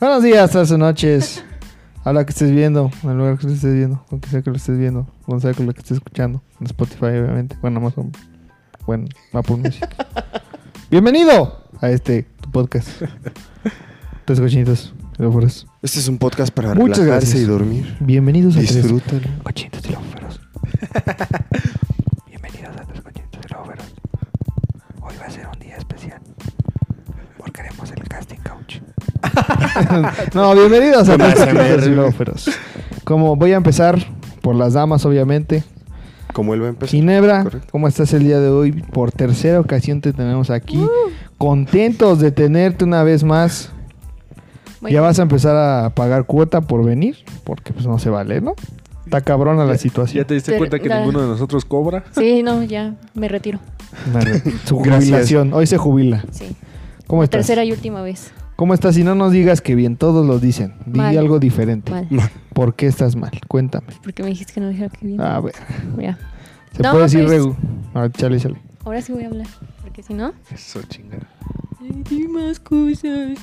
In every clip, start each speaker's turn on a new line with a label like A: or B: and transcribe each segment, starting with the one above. A: Buenos días, tardes o noches. A la que estés viendo, al lugar que lo estés viendo, aunque sea que lo estés viendo, aunque sea que lo que estés escuchando, en Spotify, obviamente, bueno, Amazon, bueno, Apple Music. Bienvenido a este tu podcast. Tres cochinitos, elóforos.
B: Este es un podcast para
A: Muchas
B: relajarse
A: gracias.
B: y dormir.
A: Bienvenidos a Tres
B: Disfrútalo.
A: Cochinitos Telóferos. Bienvenidos a Tres Cochinitos Telóferos. Hoy va a ser un día especial. Porque haremos el casting couch. no, bienvenidos a
B: No me
A: Tres
B: hace ver.
A: Cochinitos Telóferos. Como voy a empezar por las damas, obviamente.
B: Como él va a
C: Pues,
B: empezar.
A: Ginebra,
B: Correcto.
A: ¿cómo estás el día de hoy? Por tercera ocasión te tenemos aquí. Contentos de tenerte una vez más.
D: Muy
A: ya
D: bien.
A: vas a empezar a pagar cuota por venir, porque pues no se vale, ¿no? Está cabrona la situación.
C: ¿Ya te diste
D: Pero-
C: cuenta que
D: la-
C: ninguno de nosotros cobra?
D: Sí, no, ya me retiro.
A: Vale. Su
B: Gracias.
A: jubilación, hoy se jubila.
D: Sí.
A: ¿Cómo estás?
D: Tercera y última vez.
A: ¿Cómo estás? Y no nos digas que bien, todos lo dicen. Di
D: Mal.
A: algo diferente.
D: Mal.
A: ¿Por qué estás mal? Cuéntame.
D: Porque me dijiste que no dijera que bien.
A: A ver,
D: Ya.
A: se
D: No,
A: puede decir
D: pues-
A: regu. Ah, chale, chale.
D: Ahora sí voy a hablar. Porque si no.
C: Eso chingada.
D: Hay más cosas.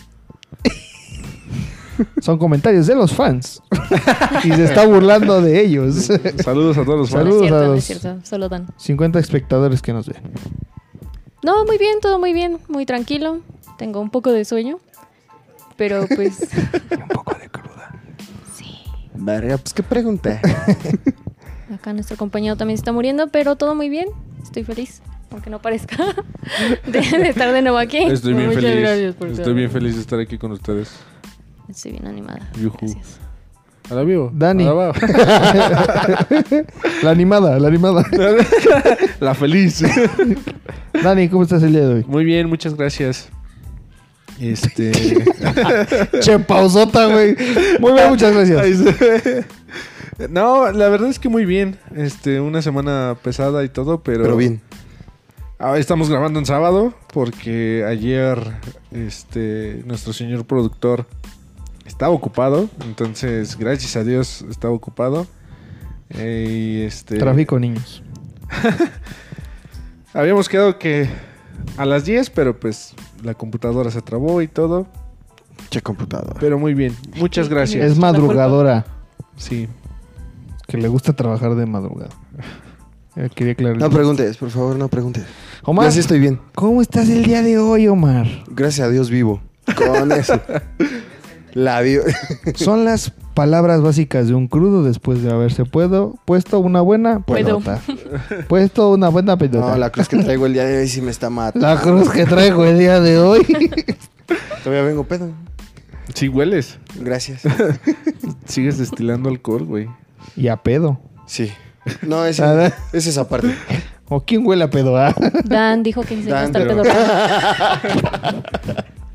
A: Son comentarios de los fans. y se está burlando de ellos.
C: Saludos a todos los fans.
D: No
A: Saludos
D: es cierto,
A: a
D: no
A: los-
D: es cierto. Solo dan.
A: 50 espectadores que nos ven.
D: No, muy bien, todo muy bien. Muy tranquilo. Tengo un poco de sueño. Pero pues.
A: Un poco de cruda.
B: Verga, pues qué pregunta.
D: acá nuestro compañero también se está muriendo. Pero todo muy bien. Estoy feliz. Aunque no parezca. De, de estar de nuevo aquí.
C: Estoy bien
D: Muchas gracias
C: feliz.
D: por
C: Estoy
D: todo.
C: bien feliz de estar aquí con ustedes.
D: Estoy bien animada.
C: Yujú.
D: Gracias.
C: A la vivo.
A: Dani.
C: A la, va.
A: La animada, la animada.
C: La feliz.
A: Dani, ¿cómo estás el día de hoy?
C: Muy bien, muchas gracias. Este.
A: Che, pausota, güey. Muy bien, muchas
C: Ahí
A: gracias.
C: se- No, la verdad es que muy bien. Este, una semana pesada y todo, pero.
B: Pero bien.
C: Ah, estamos grabando en sábado porque ayer este nuestro señor productor estaba ocupado, entonces gracias a Dios estaba ocupado. Eh, y este
A: Tráfico, niños.
C: Habíamos quedado que a las 10, pero pues la computadora se trabó y todo,
B: Che computadora.
C: pero muy bien. Muchas gracias.
A: Es madrugadora.
C: Sí.
A: Que le gusta trabajar de madrugada. Eh, Quería aclarar.
B: No preguntes, por favor, no preguntes.
A: Omar,
B: Yo sí estoy bien.
A: ¿cómo estás el día de hoy, Omar?
B: Gracias a Dios vivo. Con eso. La vivo.
A: Son las palabras básicas de un crudo después de haberse puedo, puesto una buena
D: Puedo.
A: pelota. puesto una buena pelota.
B: No, la
A: la...
B: cruz que traigo el día de hoy sí me está matando.
A: cruz que traigo el día de hoy.
B: Todavía vengo pedo.
C: Sí hueles.
B: Gracias.
C: Sigues destilando alcohol, güey.
A: y a pedo.
B: Sí. No, ese,
A: A ver.
B: es esa parte.
A: ¿O quién huele a pedo? ah?
D: Dan dijo que se iba a
B: Dan,
D: estar
C: pero-
D: pedorreando.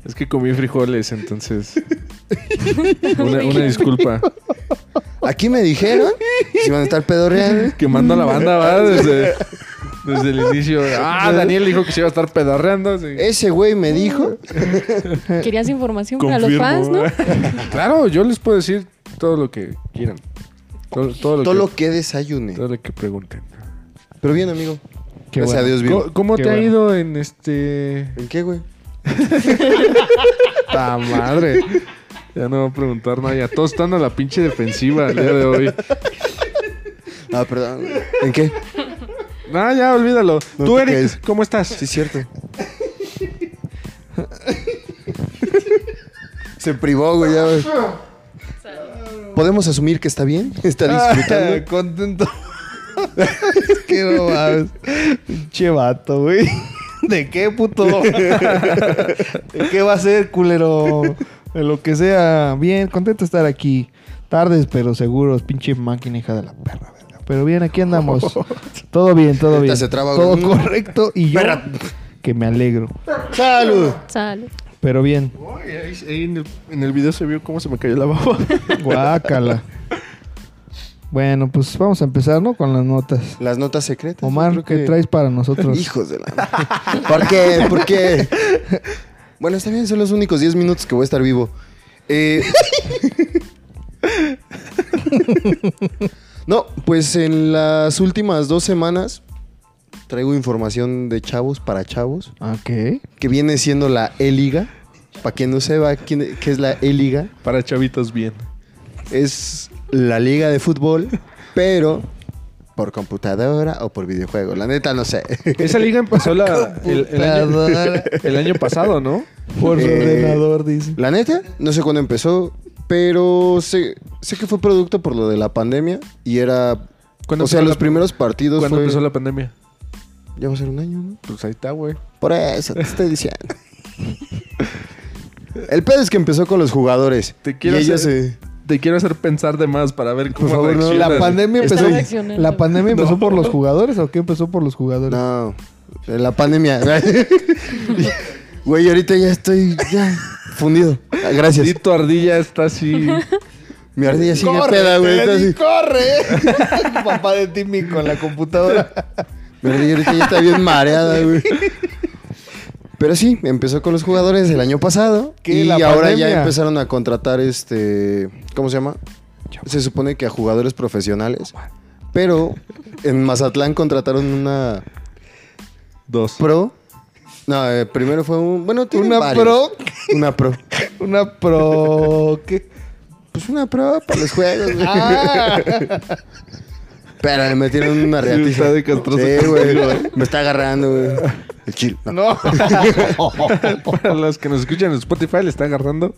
C: Es que comí frijoles, entonces. Una, una disculpa.
B: Aquí me dijeron si van a estar pedorreando.
C: Quemando a la banda, va, desde, desde el inicio. Ah, Daniel dijo que se iba a estar pedarreando. sí.
B: Ese güey me dijo.
D: Querías información para los
C: Confirmo.
D: fans, ¿no?
C: claro, yo les puedo decir todo lo que quieran. Todo, todo lo,
B: Todo
C: que,
B: lo que desayune.
C: todo lo que pregunten.
B: Pero bien, amigo.
A: Qué
B: Gracias a
A: bueno.
B: Dios vivo.
C: ¿Cómo, cómo
A: Qué
C: te ha
A: bueno.
C: ido en este.
B: ¿En qué, güey?
C: ¡Ta madre! Ya no va a preguntar nadie. Todos están a la pinche defensiva el día de hoy.
B: Ah, perdón. ¿En qué?
C: No, ya, olvídalo.
B: No
C: Tú,
B: te
C: Eric,
B: crees.
C: ¿cómo estás?
B: Sí, es cierto. Se privó, güey, ya, güey. ¿Podemos asumir que está bien? ¿Está disfrutando?
A: contento. es que no mames. Pinche vato, güey. ¿De qué, puto? ¿De qué va a ser, culero? De lo que sea. Bien, contento de estar aquí. Tardes, pero seguros. Pinche máquina, hija de la perra, verga. Pero bien, aquí andamos. todo bien, todo bien.
B: Ahorita se traba,
A: todo
B: güey.
A: correcto. Y yo que me alegro.
B: ¡Salud!
D: Salud.
A: Pero bien.
C: Ay, ahí- ahí en, el, en el video se vio cómo se me cayó la baba.
A: Guácala. Bueno, pues vamos a empezar, ¿no? Con las notas.
B: Las notas secretas.
A: Omar,
B: yo creo
A: ¿qué
B: que-
A: traes para nosotros?
B: Hijos de la... ¿Por qué? ¿Por qué? Bueno, está bien, son los únicos 10 minutos que voy a estar vivo. Eh, No, pues en las últimas dos semanas traigo información de chavos para chavos,
A: Ok.
B: que viene siendo la E-Liga. Para quien no sepa quién, qué es la E-Liga,
C: Para chavitos bien.
B: es la liga de fútbol, pero por computadora o por videojuego. La neta no sé.
C: Esa liga empezó la- el, el año,
A: Computadora.
C: el año pasado, ¿no?
A: Por su
B: Eh,
A: ordenador, dice.
B: La neta, no sé cuándo empezó, pero sé, sé que fue producto por lo de la pandemia y era...
C: ¿Cuándo
B: o sea,
C: empezó
B: los
C: la-
B: primeros partidos
C: ¿Cuándo
B: fue-
C: empezó la pandemia?
B: Ya va a ser un año, ¿no?
C: Pues ahí está, güey.
B: Por eso te estoy diciendo. El pedo es que empezó con los jugadores.
C: Te quiero
B: y ellos
C: hacer-
B: se-
C: Te quiero hacer pensar de más para ver
B: Por
C: cómo
B: favor, no.
C: reaccionas.
A: La pandemia
D: Está
A: empezó.
D: reaccionando.
A: ¿La pandemia empezó
C: No.
A: por los jugadores o qué empezó por los jugadores?
B: No, en la pandemia. Güey, ahorita ya estoy ya fundido. Ah, Gracias.
C: Y tu ardilla está así.
B: Mi ardilla sigue
A: ¡Corre,
B: peda, güey. está
A: Teddy,
B: así.
A: corre! Papá de Timmy con la computadora.
B: Mi ardilla ahorita ya está bien mareada, güey. Pero sí, empezó con los jugadores el año pasado.
A: ¿Qué,
B: Y
A: la
B: ahora
A: pandemia?
B: ya empezaron a contratar este. ¿Cómo se llama? Se supone que a jugadores profesionales. Pero en Mazatlán contrataron una
C: Dos.
B: pro. No, eh, primero fue un. Bueno, tienen
A: Una
B: varios.
A: pro.
B: Una pro.
A: Una pro. ¿Qué?
B: Pues una pro para los juegos, güey.
A: Ah,
B: Pero le metieron una
C: Sí,
B: reatija.
C: está de castroso
B: Sí, güey.
C: contigo, ¿eh?
B: Me está agarrando, güey. El chile. No.
A: no.
C: Para los que nos escuchan en Spotify, le está agarrando.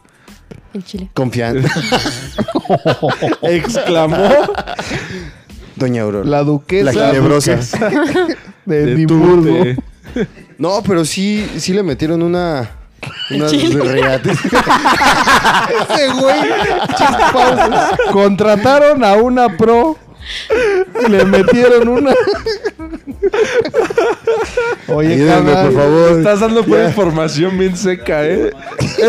D: En Chile.
B: Confiante.
C: Exclamó
B: Doña Aurora.
A: La duquesa.
B: La ginebrosa.
A: duquesa De
C: de
A: Edimburgo.
C: tute.
B: No, pero sí, sí le metieron una. Una
D: chile.
B: reatija.
A: Ese güey. chispazo. Contrataron a una pro. Le metieron una. Oye,
B: Ayúdame,
A: carnal,
B: por favor.
C: Estás dando por
B: Ya.
C: información bien seca, ¿eh?
B: Sí,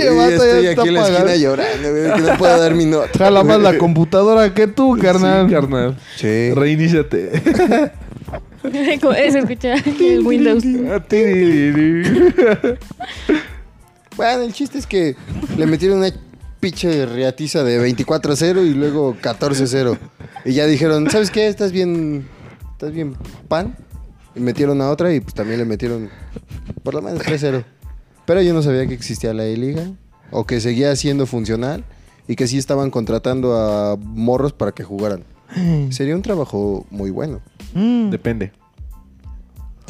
A: Che, vato,
B: estoy
A: ya está
B: aquí en la esquina
A: apagado.
B: llorando, güey. Que no puedo dar mi nota.
A: Jala más
B: güey.
A: la computadora que tú, carnal.
C: Sí, carnal.
B: Sí.
C: Reiníciate.
D: ¿Cómo se escucha el Windows?
B: Bueno, el chiste es que le metieron una pinche reatiza de 24-0 y luego 14-0. Y ya dijeron, ¿sabes qué? Estás bien. Estás bien pan. Y metieron a otra y pues también le metieron por lo menos 3-0. Pero yo no sabía que existía la E-Liga. O que seguía siendo funcional. Y que sí estaban contratando a morros para que jugaran. Sería un trabajo muy bueno.
A: Mm.
C: Depende.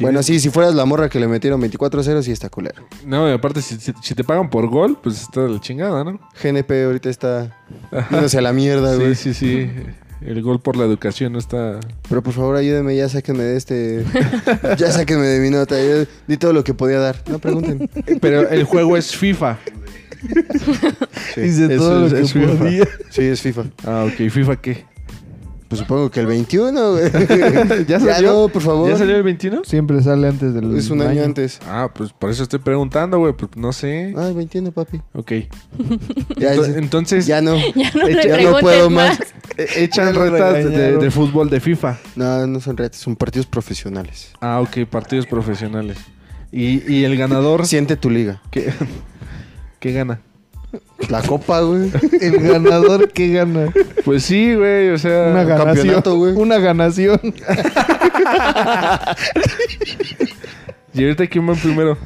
B: Bueno, sí, si fueras la morra que le metieron 24-0, sí está culero.
C: No, y aparte, si, si- si te pagan por gol, pues está de la chingada, ¿no?
B: GNP ahorita está yéndose a la mierda, güey.
C: Sí, sí, sí. El gol por la educación no está.
B: Pero por favor, ayúdenme, ya sáquenme de este. ya sáquenme de mi nota. ya di todo lo que podía dar. No pregunten.
C: Pero el juego es FIFA.
B: Sí,
A: Hice
C: eso
A: todo
C: es-
A: lo
C: es
A: que
C: FIFA.
A: podía.
B: Sí, es FIFA.
C: Ah, ok. ¿FIFA qué?
B: Pues supongo que el 21, güey.
C: ¿Ya salió?
B: no, por favor.
C: ¿Ya salió el 21?
A: Siempre sale antes del.
B: Es un año antes.
C: Ah, pues por eso estoy preguntando, güey. Pues no sé.
B: Ah, el 21, papi.
C: Ok.
B: Ya,
C: Ento-
B: ya-
C: Entonces,
B: ya no.
D: Ya no le
B: Ya no
D: preguntes
B: puedo
D: más.
B: más.
C: e- echan
A: Ya lo
C: retas de,
A: regañaron.
C: de fútbol de FIFA.
B: No, no son retos, son partidos profesionales.
C: Ah, ok. Partidos profesionales. Y, y el ganador.
B: Siente tu liga.
C: ¿Qué, qué gana?
B: La copa, güey.
A: El ganador que gana.
C: Pues sí, güey. O sea.
A: Una ganación.
B: campeonato, güey.
A: Una ganación.
C: ¿Y ahorita quién va en primero?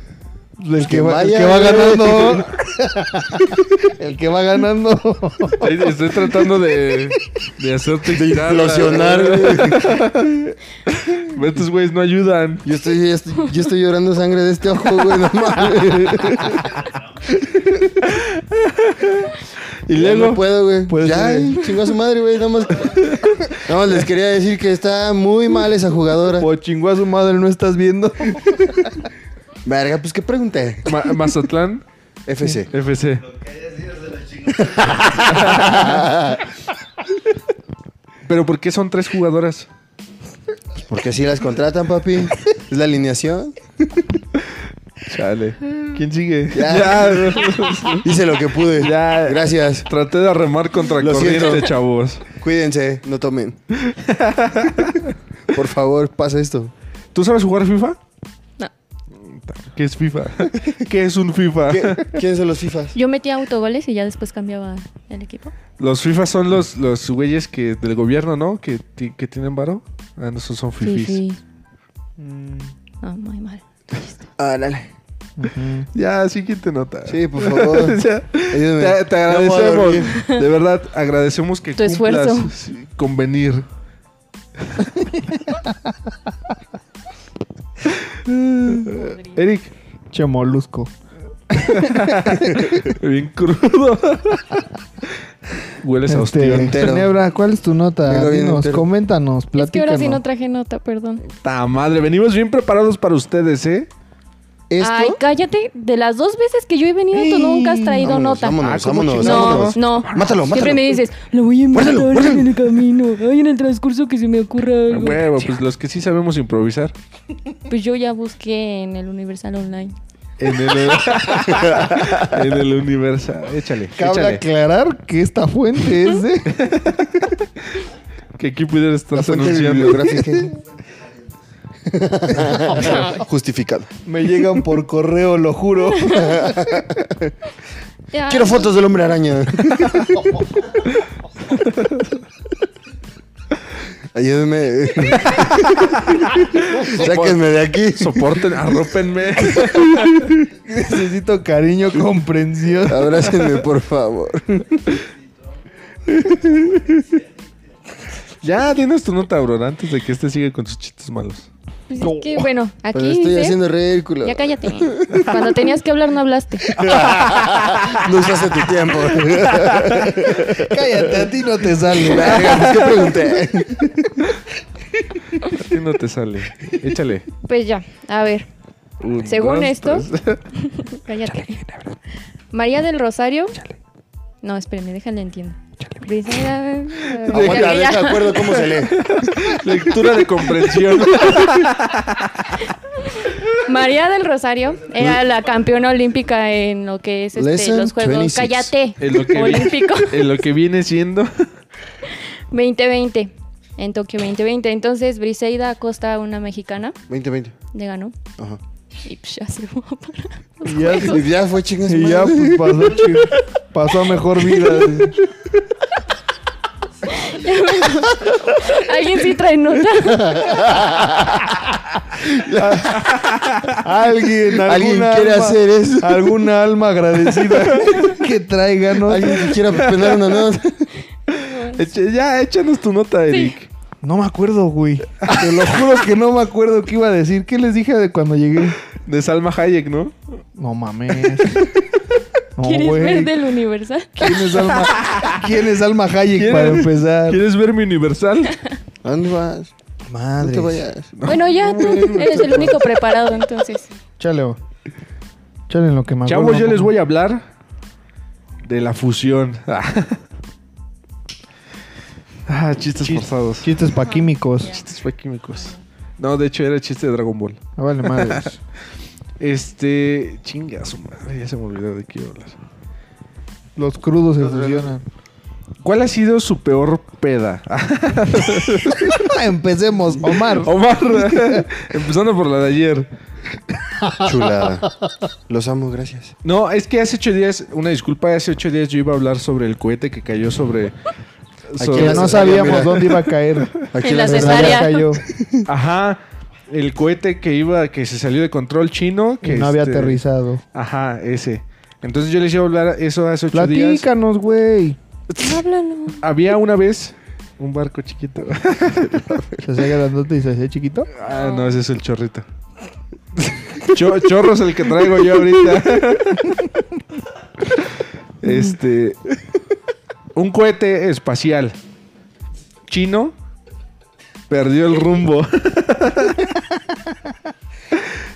A: El que,
B: Que
A: va, el
B: vaya,
A: que va
B: güey.
A: ganando. el que va ganando.
C: Ay, Estoy tratando de, de hacerte
B: De
C: girar,
B: implosionar,
C: güey.
B: güey.
C: Estos güeyes no ayudan.
B: Yo estoy, yo estoy, yo estoy llorando sangre de este ojo, güey. No mames.
C: Y
B: Ya
C: luego,
B: No puedo, güey.
A: Puedes
B: ya,
A: ir.
B: chingó a su madre, güey. Nada más. Nada más les quería decir que está muy mal esa jugadora.
A: O chingó a su madre, ¿no estás viendo?
B: Verga, pues qué pregunté.
C: Ma- Mazatlán
B: FC.
C: FC. Pero ¿por qué son tres jugadoras?
B: Pues, Porque así las contratan, papi. Es la alineación.
C: Chale. ¿Quién sigue?
B: Ya.
C: Ya.
B: Hice lo que pude.
C: Ya.
B: Gracias.
C: Traté de remar contra
B: Lo
C: corriente,
B: siento.
C: chavos.
B: Cuídense, no tomen. Por favor, pasa esto.
C: ¿Tú sabes jugar FIFA?
D: No.
C: ¿Qué es FIFA? ¿Qué es un FIFA?
B: ¿Qué- ¿Quiénes son los FIFAs?
D: Yo metía autogoles y ya después cambiaba el equipo.
C: Los FIFA son los, los güeyes que del gobierno, ¿no? Que, ti- que tienen varo. Ah, no, esos son
D: Sí,
A: Mm,
C: fifis.
D: sí. No, muy mal.
B: Ah, dale.
C: Ya, siguiente nota.
B: Sí, por favor.
C: Ya.
B: Ayúdame.
C: Te, te
B: Ya me voy a
C: agradecemos.
B: dormir.
C: De verdad, agradecemos que
D: Tu
C: cumplas
D: esfuerzo.
C: sí, con venir. Eric,
A: Che molusco.
C: bien crudo. Hueles a
A: Este,
C: hostión.
B: entero.
A: Ginebra, ¿cuál es tu nota?
B: Vengo bien
A: Dinos,
B: entero.
A: coméntanos,
D: Es que ahora
A: platícanos.
D: sí no traje nota, perdón.
C: Ta madre, venimos bien preparados para ustedes, ¿eh?
B: ¿Esto?
D: Ay, cállate. De las dos veces que yo he venido, tú nunca has traído
B: Vámonos,
D: nota.
B: vámonos,
C: Ah, ¿cómo
B: vámonos,
D: no,
B: vámonos.
D: no.
B: Mátalo,
D: Siempre
B: mátalo.
D: me dices, lo voy a
B: Muérdelo,
D: inventar
B: muérdelo.
D: en el camino. Ay, en el transcurso que se me ocurra
B: Ah,
C: A
D: algo.
C: Huevo, pues los que sí sabemos improvisar.
D: Pues yo ya busqué en el Universal Online.
C: En el, en el universo. Échale,
A: Cabe
C: échale.
A: aclarar que esta fuente es de...
C: Que aquí pudiera
B: La
C: estar
B: fuente
C: anunciando.
B: bibliográfica. Justificado.
A: Me llegan por correo, lo juro.
D: Ya.
B: Quiero fotos del hombre araña. Ayúdenme. Sáquenme de aquí.
C: Soporten, arrópenme.
A: Necesito cariño, comprensión.
B: Abrácenme, por favor.
C: ya, tienes tu nota, Aurora, antes de que este siga con sus chistes malos.
D: Pues es que, bueno, aquí
B: Pero Pues estoy
D: dice-
B: haciendo ridículo.
D: Ya cállate. Cuando tenías que hablar no hablaste.
B: No usaste tu tiempo.
A: Cállate, a ti no te sale.
B: Verga, pues, ¿Qué pregunté?
C: A ti no te sale. Échale.
D: Pues ya, a ver,
C: Un,
D: Según
C: dos,
D: esto-
C: tres.
D: cállate. María del Rosario. No, espérenme, déjale entiendo. Briseida-
B: Aguanta,
D: Ya, ya.
B: deja, acuerdo cómo se lee.
C: Lectura de comprensión.
D: María del Rosario era la campeona olímpica en lo que es este,
B: Mm. Lesson
D: los Juegos
B: 26.
D: Cállate
C: En lo, que vi-
D: Olímpico
C: en lo que viene siendo.
D: 2020 en Tokio 2020. Entonces Briseida Acosta, una mexicana,
B: 20, 20.
D: le ganó
B: Ajá.
D: y pues, ya se fue para los
A: Y ya-
D: Juegos.
B: Y ya fue chingas.
A: Y ya pues, pasó, chido. pasó a mejor vida.
D: Alguien sí trae nota.
A: Alguien,
B: Alguien
A: alguna
B: quiere
A: alma-
B: hacer eso.
A: Alguna alma agradecida que traiga, ¿no?
B: Alguien que quiera penar una nota.
C: Eche- ya, échanos tu nota, Eric.
A: No me acuerdo, güey. Te lo juro que no me acuerdo qué iba a decir. ¿Qué les dije de cuando llegué?
C: De Salma Hayek, ¿no?
A: No mames. No,
D: ¿Quieres ver
A: güey.
D: del Universal?
A: ¿Quién es Alma, ¿Quién es Alma Hayek
C: ¿Quieres-
A: para empezar?
C: ¿Quieres ver mi universal?
B: ¿A dónde vas? No
A: Madre.
B: te vayas.
D: Bueno, ya tú eres el único preparado, entonces.
A: Chale, o- chale en lo que me acuerdo.
C: Chavos, yo les voy a hablar de la fusión. ah, chistes forzados.
A: Chistes pa' químicos.
C: Chistes fue químicos. No, de hecho era chiste de Dragon Ball.
A: Ah, vale, madres.
C: Este. Chinga su madre, ya se me olvidó de qué iba a hablar.
A: Los crudos se fusionan.
C: ¿Cuál ha sido su peor peda? Ah,
A: Ah, Empecemos, Omar.
C: Omar, empezando por la de ayer.
B: Chulada. Los amo, gracias.
C: No, es que hace ocho días, una disculpa, hace ocho días yo iba a hablar sobre el cohete que cayó sobre.
B: en
A: Que
B: la
A: no
B: cesárea,
A: sabíamos
B: mira.
A: dónde iba a caer.
B: Aquí
D: En
B: la
D: la
A: Pero
B: cesárea.
A: ya
D: cesárea.
A: cayó.
C: Ajá. El cohete que iba, que se salió de control chino.
A: Que
C: Que
A: no había
C: este,
A: aterrizado.
C: Ajá, ese. Entonces yo les iba a hablar eso hace ocho días.
A: Platícanos, güey.
D: Háblalo.
C: Había una vez un barco chiquito.
A: Se hacía grandote y se hacía chiquito.
C: Ah, no, ese es el chorrito. Cho- chorro es el que traigo yo ahorita. este. Un cohete espacial chino perdió el rumbo.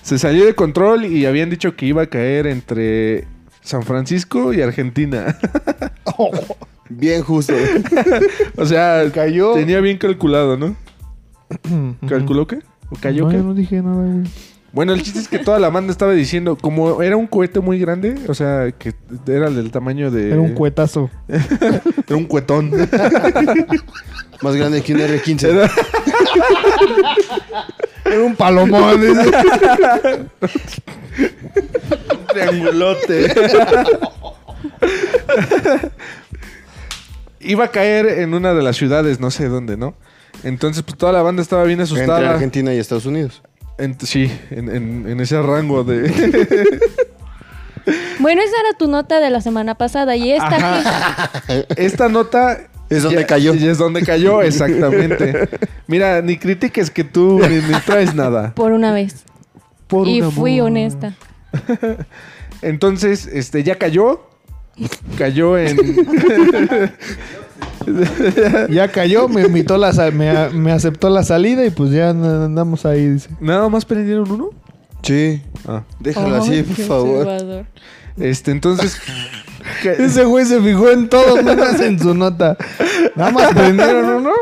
C: Se salió de control y habían dicho que iba a caer entre San Francisco y Argentina.
B: Bien justo.
C: o sea,
A: Cayó.
C: tenía bien calculado, ¿no? ¿Calculó qué? ¿O cayó
A: no,
C: qué?
A: yo no dije nada, güey.
C: Bueno, el chiste es que toda la banda estaba diciendo, como era un cohete muy grande, o sea, que era del tamaño de...
A: Era un cuetazo.
C: Era un cuetón.
B: Más grande que un R15.
A: Era un palomón.
C: triangulote. Iba a caer en una de las ciudades, no sé dónde, ¿no? Entonces, pues toda la banda estaba bien
B: Entre
C: asustada.
B: Argentina y Estados Unidos.
C: Ent- sí, en, en- en ese rango de...
D: Bueno, esa era tu nota de la semana pasada y esta
C: Ajá. Esta nota...
B: Es donde
C: ya-
B: cayó.
C: ya Es donde cayó, exactamente. Mira, ni critiques que tú ni, ni traes nada.
D: por una vez.
A: Por
D: y
A: un
D: fui
A: amor.
D: honesta.
C: Entonces, este, ya cayó. Cayó en...
A: Ya cayó, me invitó la sa- me, a- me aceptó la salida y pues ya an- andamos ahí, dice.
C: ¿Nada más prendieron uno?
B: Sí.
C: Ah.
B: Déjalo
D: Ay,
B: así,
D: qué
B: por favor.
D: observador.
C: Este, entonces... ca-
A: Ese güey se fijó en todo, nada más en su nota. Nada más prendieron uno.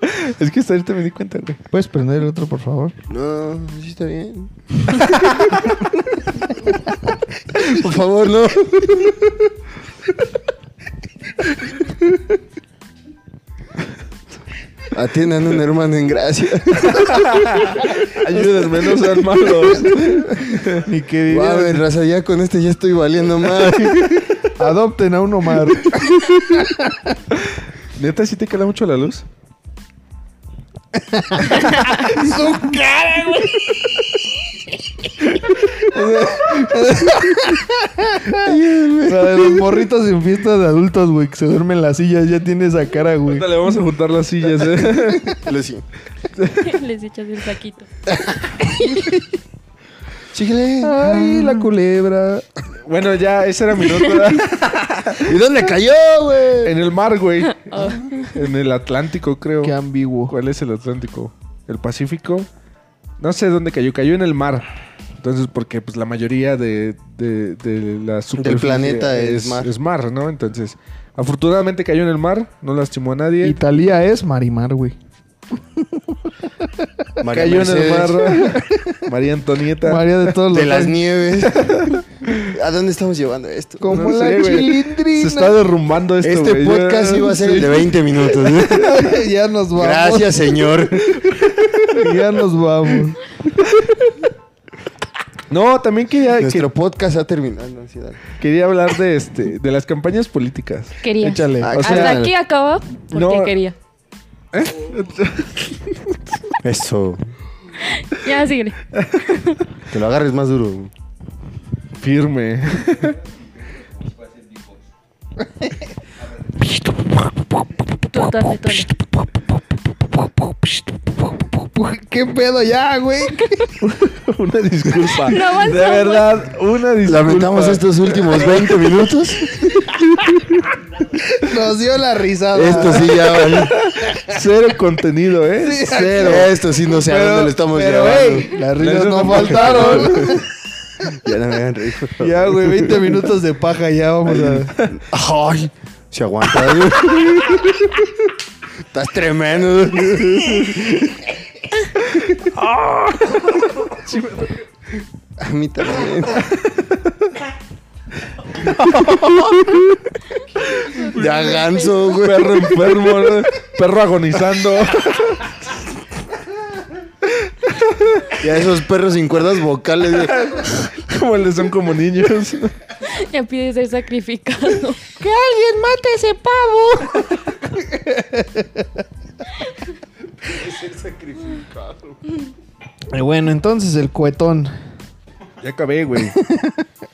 C: Es que hasta ahorita me di cuenta, güey.
A: ¿Puedes prender el otro, por favor?
B: No, sí está bien. por favor, no. Atiendan a un hermano en gracia.
C: Ayúdenme, no sean malos.
A: Ni que
B: Guau,
A: diría,
B: en raza, ya con este ya estoy valiendo más.
A: adopten a un Omar.
C: ¿Neta sí te cala mucho la luz?
A: La de los morritos en fiestas de adultos, güey, que se duermen en las sillas, ya tiene esa cara, güey.
C: Ahorita le vamos a juntar las sillas, ¿eh?
B: Lo sí.
D: Les echas el saquito.
B: Chíquele.
A: Ay, la culebra.
C: Bueno, ya, esa era mi nota.
B: ¿Y dónde cayó, güey?
C: En el mar, güey. Oh. En el Atlántico, creo.
A: Qué ambiguo.
C: ¿Cuál es el Atlántico? ¿El Pacífico? No sé dónde cayó. Cayó en el mar. Entonces, porque pues la mayoría de, de- de la superficie
B: planeta es mar.
C: es mar, ¿no? Entonces, afortunadamente cayó en el mar. No lastimó a nadie.
A: Italia es Marimar, güey.
B: María
C: cayó en el
B: Mercedes,
C: mar. María Antonieta.
A: María de todos los.
B: De las nieves. ¿A dónde estamos llevando esto?
A: Como
C: No
A: la
C: sé, güey.
A: chilindrina.
C: Se está derrumbando esto,
B: Este
C: güey.
B: podcast
C: Ya-
B: iba a ser el de
C: Sí.
B: 20 minutos.
A: ya nos vamos.
B: Gracias, señor.
A: Ya nos vamos.
C: No, también quería,
B: Nuestro podcast ha terminado. no, sí, dale.
C: quería hablar de este de las campañas políticas.
D: Quería.
A: Échale.
B: Ah,
C: O
D: Hasta
C: sea,
D: aquí acaba porque
C: no.
D: quería.
B: Eso.
D: Ya, síguele.
B: Que lo agarres más duro.
C: firme.
D: Tú, tú hazle, tú hazle.
A: ¿Qué pedo ya, güey?
C: una disculpa.
D: No
C: de
D: avanzamos.
C: verdad, una disculpa.
B: Lamentamos estos últimos 20 minutos.
A: Nos dio la risada.
B: Esto sí ya vale.
C: Cero contenido, ¿eh?
B: Cero. Esto sí no sé a dónde lo estamos
A: Pero,
B: llevando.
A: ey, las risas
C: Eso
A: no
C: no
A: faltaron.
B: Ya no me hagan reír.
A: ya, güey, 20 minutos de paja, ya vamos a.
B: Ay, se aguanta. güey. Estás tremendo. A mí también. Ya ganso, güey.
C: Perro enfermo, ¿no? perro agonizando.
B: Ya esos perros sin cuerdas vocales. güey.
C: como le son como niños.
D: Ya pide ser sacrificado.
A: ¡Que alguien mate ese pavo! Eh, bueno, entonces el cuetón.
C: Ya acabé, güey.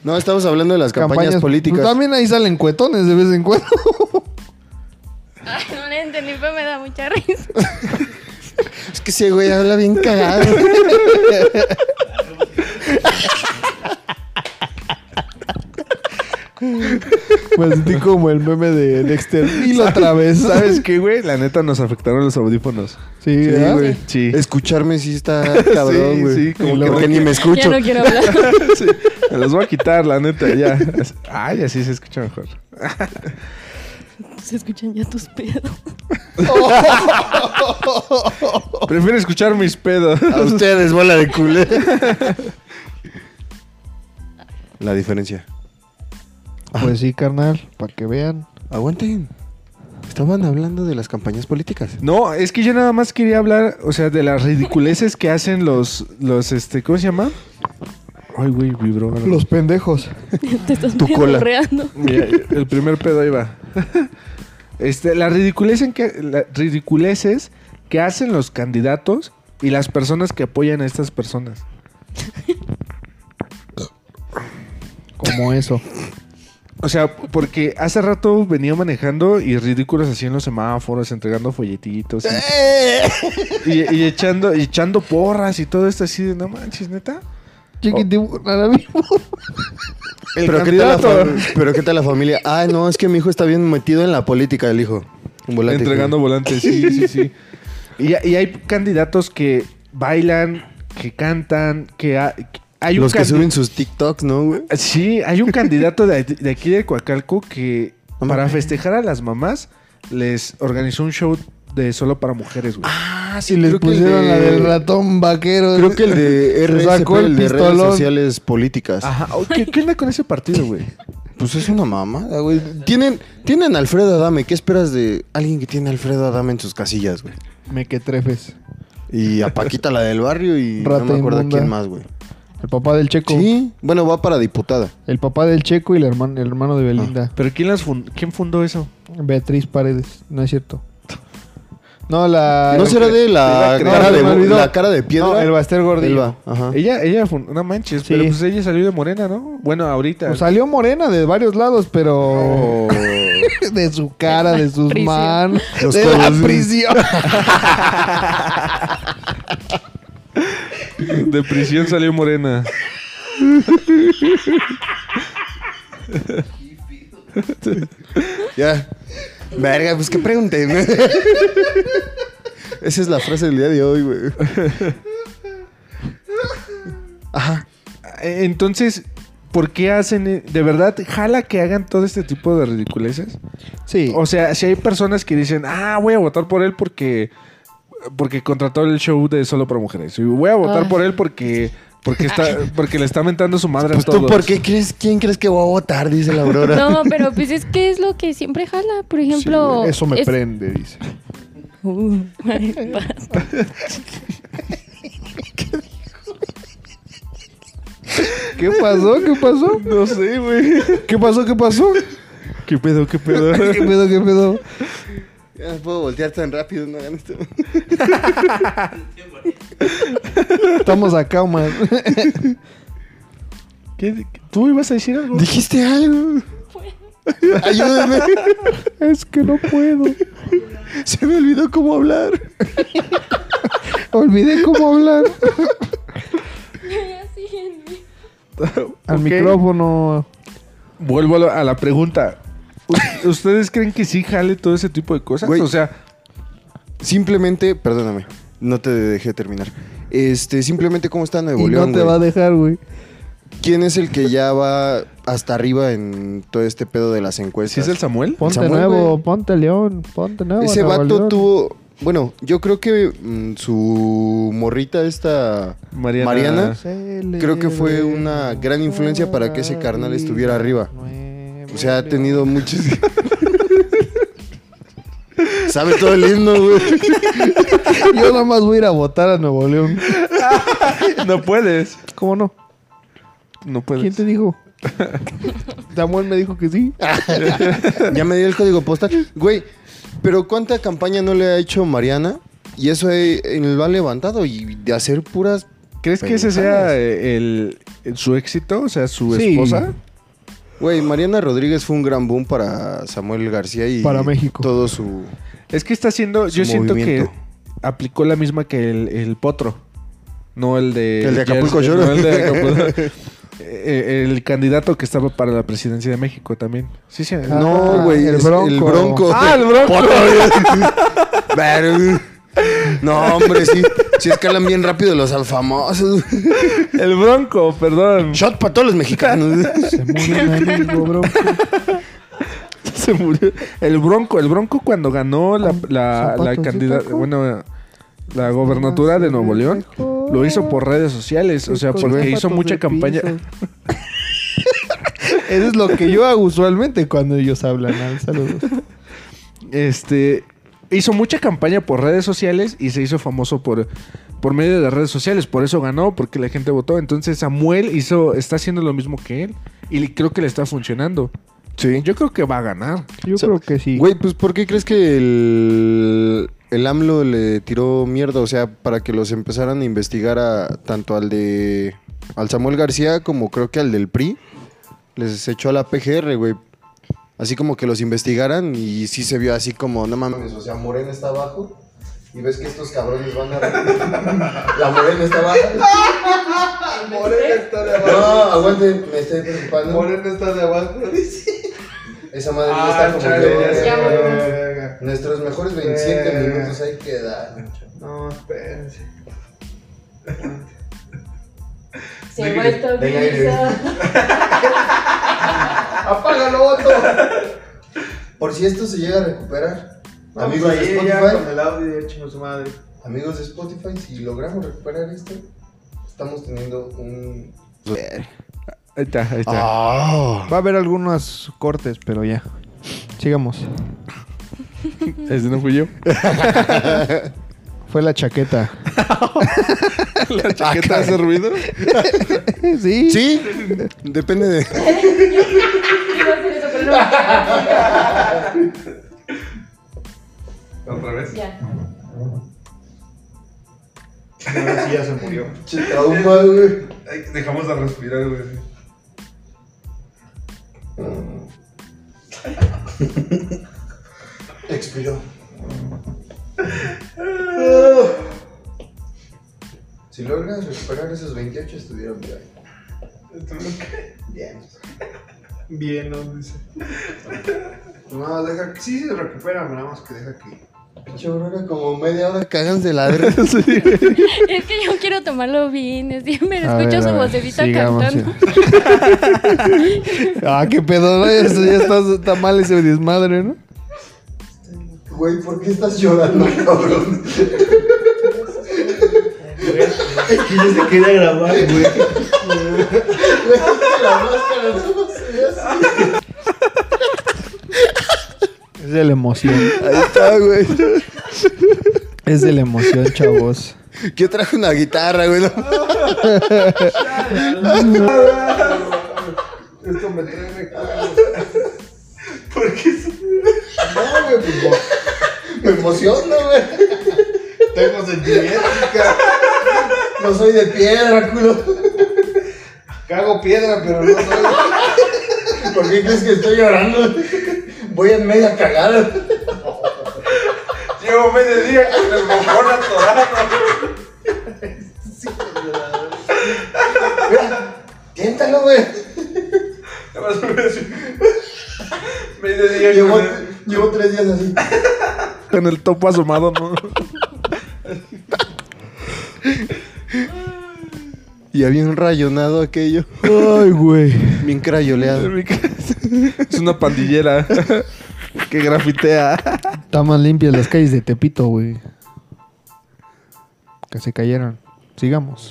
B: No, estamos hablando de las campañas, políticas.
A: Pues también ahí salen cuetones de vez en cuando.
D: Ay, no le entendí, pero me da mucha risa.
B: Es que ese güey habla bien cagado.
A: Me sentí Pues, como el meme de Dexter. Y la otra vez, ¿sabes?
C: ¿Sabes qué, güey? La neta nos afectaron los audífonos.
A: Sí, ¿verdad?
C: güey. Sí.
B: Escucharme sí está cabrón,
C: Sí,
B: güey.
C: sí, como
B: Y
C: que
B: luego
C: no-
B: que ni me
D: Ya
B: escucho.
D: no quiero hablar.
C: Sí, me los voy a quitar, la neta, ya. Ay, así se escucha mejor.
D: Se escuchan ya tus pedos.
C: Prefiero escuchar mis pedos.
B: A ustedes, bola de culé. La diferencia.
A: Pues sí, carnal, para que vean.
B: Aguanten. Estaban hablando de las campañas políticas.
C: No, es que yo nada más quería hablar, o sea, de las ridiculeces que hacen los, los, este, ¿cómo se llama? Ay, güey, vibró. algo.
A: Los pendejos.
D: Te estás
B: Tu cola.
D: pedorreando.
C: Mira, Eh, el primer pedo ahí va. Este, las ridiculeces que, la- ridiculeces que hacen los candidatos Y las personas que apoyan a estas personas.
A: Como eso.
C: O sea, porque hace rato venía manejando y ridículos así en los semáforos, entregando folletitos y, y- y echando, y echando porras y todo esto así de no manches, neta.
A: Chiquitiburra, ahora mismo.
C: El
B: ¿Pero qué, tal la
C: candidato
B: fam- pero qué tal la familia? Ah, no, es que mi hijo está bien metido en la política, el hijo. Un volante.
C: entregando volantes, sí, sí, sí. Y, y hay candidatos que bailan, que cantan, que, ha- que- hay un
B: Los que
C: candi-
B: suben sus TikToks, ¿no, güey?
C: Sí, hay un candidato de, de aquí de Coacalco que para festejar a las mamás les organizó un show de solo para mujeres, güey.
B: Ah,
A: Y les pusieron la del ratón vaquero.
B: Creo que el de RSP,
A: Sacó el
B: el, de redes
A: pistolón.
B: sociales Ah. políticas.
C: Ajá. Oh, ¿Qué, qué onda con ese partido, güey?
B: Pues es una mamada, güey. Tienen, tienen a Alfredo Adame. ¿Qué esperas de alguien que tiene a Alfredo Adame en sus casillas, güey?
A: Me que trefes.
B: Y a Paquita, la del barrio, y
A: Rata
B: no me acuerdo
A: inmunda.
B: quién más, güey.
A: El papá del Checo.
B: Sí, bueno, va para diputada.
A: El papá del Checo y el hermano, el hermano de Belinda.
C: ¿Pero quién, las fun- quién fundó eso?
A: Beatriz Paredes. No es cierto. No, la.
B: ¿No será de la
A: No,
B: cara
A: se me
B: de,
A: olvidó.
B: la cara de piedra?
A: No, el Baster Gordillo.
B: Elba, ajá.
C: Ella, ella fundó, no manches,
A: Sí.
C: pero pues ella salió de Morena, ¿no? Bueno, ahorita.
A: Pues salió morena de varios lados, pero.
C: Oh.
A: De su cara, de sus
D: Prisión.
A: manos.
B: Los
A: De la
B: codos.
A: prisión.
C: de prisión salió Morena.
B: Ya. Verga, pues que pregunten. Esa es la frase del día de hoy, güey.
C: Eh, Entonces, ¿por qué hacen? e- ¿De verdad jala que hagan todo este tipo de ridiculeces?
A: Sí.
C: O sea, si hay personas que dicen, ah, voy a votar por él porque, porque contrató el show de solo para mujeres. Y voy a votar
D: Ay.
C: por él porque, porque, está, porque le está mentando su madre
B: Pues
C: a todos.
B: tú, ¿por qué crees? ¿Quién crees que voy a votar? Dice la Aurora.
D: No, pero pues es que es lo que siempre jala. Por ejemplo.
A: Eso me
D: es-
A: prende, dice.
D: Uh, ay, basta.
A: ¿Qué pasó? ¿Qué pasó?
C: No sé, güey.
A: ¿Qué pasó? ¿Qué pasó?
C: ¿Qué pedo, qué pedo?
A: ¿Qué pedo? ¿Qué pedo?
B: Ya no puedo voltear tan rápido, no hagan esto.
A: Estamos acá, man.
C: ¿Qué- ¿Tú ibas a decir algo?
B: Dijiste algo. Ayúdame.
A: Es que no puedo.
B: Se me olvidó cómo hablar.
A: Olvidé cómo hablar.
D: Ya síguenme.
A: Al
C: Ok.
A: micrófono.
C: Vuelvo a la, a la pregunta. U- ¿Ustedes creen que sí jale todo ese tipo de cosas?
B: Güey.
C: O sea,
B: Simplemente, perdóname, no te dejé terminar. Este, simplemente cómo está Nuevo
A: Y no
B: León,
A: te va a
B: güey?
A: dejar, güey.
B: ¿Quién es el que ya va hasta arriba en todo este pedo de las encuestas?
C: ¿sí es el Samuel?
A: Ponte
B: Samuel,
A: nuevo,
B: güey.
A: ponte león, ponte nuevo.
B: Ese
A: Ah, Nuevo
B: vato
A: León.
B: tuvo. Bueno, yo creo que mm, su morrita, esta.
C: Mariana.
B: Mariana.
A: Creo
B: que fue una gran influencia para que ese carnal estuviera arriba.
A: Nuevo
B: O sea, ha
A: León.
B: tenido muchos. Sabe todo el himno, güey.
A: Yo nada más voy a ir a votar a Nuevo León.
C: No puedes.
A: ¿Cómo no?
C: No puedes.
A: ¿Quién te dijo? Samuel me dijo que sí.
B: Ya me dio el código postal. Güey, pero ¿cuánta campaña no le ha hecho Mariana? Y eso eh, eh, lo ha levantado. Y de hacer puras.
C: ¿Crees que ese sea eh, el, el- su éxito? O sea, su
A: Sí.
C: esposa.
B: Güey, Mariana Rodríguez fue un gran boom para Samuel García y.
A: Para México.
B: Todo su.
C: Es que está haciendo. Yo
B: Su
C: siento
B: movimiento.
C: que aplicó la misma que el, el potro. No el de.
B: El de Acapulco
C: Jersey,
B: Shore.
C: no el de Acapulco. Eh, el candidato que estaba para la presidencia de México también. Sí, sí.
B: No,
A: Ah,
B: güey.
A: el
B: es- El
A: Bronco.
B: bronco.
C: Ah, el bronco.
B: Ver- No, hombre, sí. Sí escalan bien rápido los alfamosos.
C: El bronco, perdón.
B: Shot para todos los mexicanos.
A: Se murió un amigo, bro.
C: Se murió. El bronco, el bronco cuando ganó la, la,
A: Zapatos
C: la
A: de
C: candidata.
A: taco.
C: Bueno, la gobernatura de Nuevo León. Lo hizo por redes sociales. O sea, porque hizo mucha campaña.
A: Eso es lo que yo hago usualmente cuando ellos hablan. ah, Saludos.
C: Este hizo mucha campaña por redes sociales y se hizo famoso por, por medio de las redes sociales. Por eso ganó, porque la gente votó. Entonces Samuel hizo, está haciendo lo mismo que él. Y le- creo que le está funcionando.
B: Sí.
C: Yo creo que va a ganar.
A: Yo
B: O sea,
A: creo que sí.
B: Güey, pues ¿por qué crees que el, el AMLO le tiró mierda, o sea, para que los empezaran a investigar a tanto al de al Samuel García como creo que al del PRI, les echó a la PGR, güey. Así como que los investigaran y sí se vio así como, no mames, o sea, Morena está abajo y ves que estos cabrones van a la Morena está abajo.
A: Morena está de
B: No, aguante, me estoy preocupando.
A: está de abajo.
B: Esa madre
A: Ah,
B: Ah, ya está como yo.
D: sé. Ya,
B: Nuestros mejores 27
A: Verga.
B: minutos hay que dar.
A: No, espérense.
D: Se vuelta
B: Venga,
D: brisa.
B: ¡Apágalo, Otto! Por si esto se llega a recuperar. Amigos de
A: ahí ya
B: Spotify,
A: con el audio, chingo su madre.
B: amigos de Spotify, si logramos recuperar esto, estamos teniendo un.
C: Ahí está, ahí está.
A: Ah. Va a haber algunos cortes, pero ya. Sigamos.
C: Ese no fui yo.
A: Fue la chaqueta.
C: La chaqueta hace ruido.
A: sí.
B: Sí, depende de.
D: Iba a hacer eso, pero no.
C: Otra vez.
D: Ya.
A: Ahora sí ya se murió.
B: Che, trauma, güey.
C: Eh, Dejamos de respirar, güey.
B: Expiró. Si logras recuperar esos 28, estuvieron bien. Bien.
A: Bien, no dice. No, deja que. Sí, se recupera, nada más que deja que.
B: Pinche Aurora, como media hora cagan de ladrón.
D: Es que yo quiero tomarlo bien. Es que me
A: A ver,
D: escucho
A: a
D: su
A: ver,
D: vocecita
A: sigamos,
D: cantando.
A: sí. ah, qué pedo, ¿no? Eso ya está, está mal ese desmadre, ¿no?
B: Güey, ¿por qué estás llorando, cabrón?
E: Es que yo se quería grabar, güey.
B: Güey, la máscara no se ve así.
A: Es de la emoción.
B: Ahí está, güey.
A: Es de la emoción, chavos.
B: Yo traje una guitarra, güey.
A: Esto me trae recuerdos.
B: No, güey, pues, mo- me emociona, güey.
A: Tengo sentimientos.
B: No soy de piedra, culo.
A: Cago piedra, pero no soy.
B: ¿Por qué crees que estoy llorando? Voy en media cagada.
C: Llevo medio día con el bombón atorado.
B: Mira, tiéntalo, güey.
C: medio día
B: Llevo,
C: con el,
B: llevo tres días así.
C: con el topo asomado, ¿no?
B: Y había un rayonado aquello.
A: Ay, güey.
B: Bien crayoleado.
C: Es una pandillera que grafitea.
A: Están más limpias las calles de Tepito, güey. Que se cayeron. Sigamos.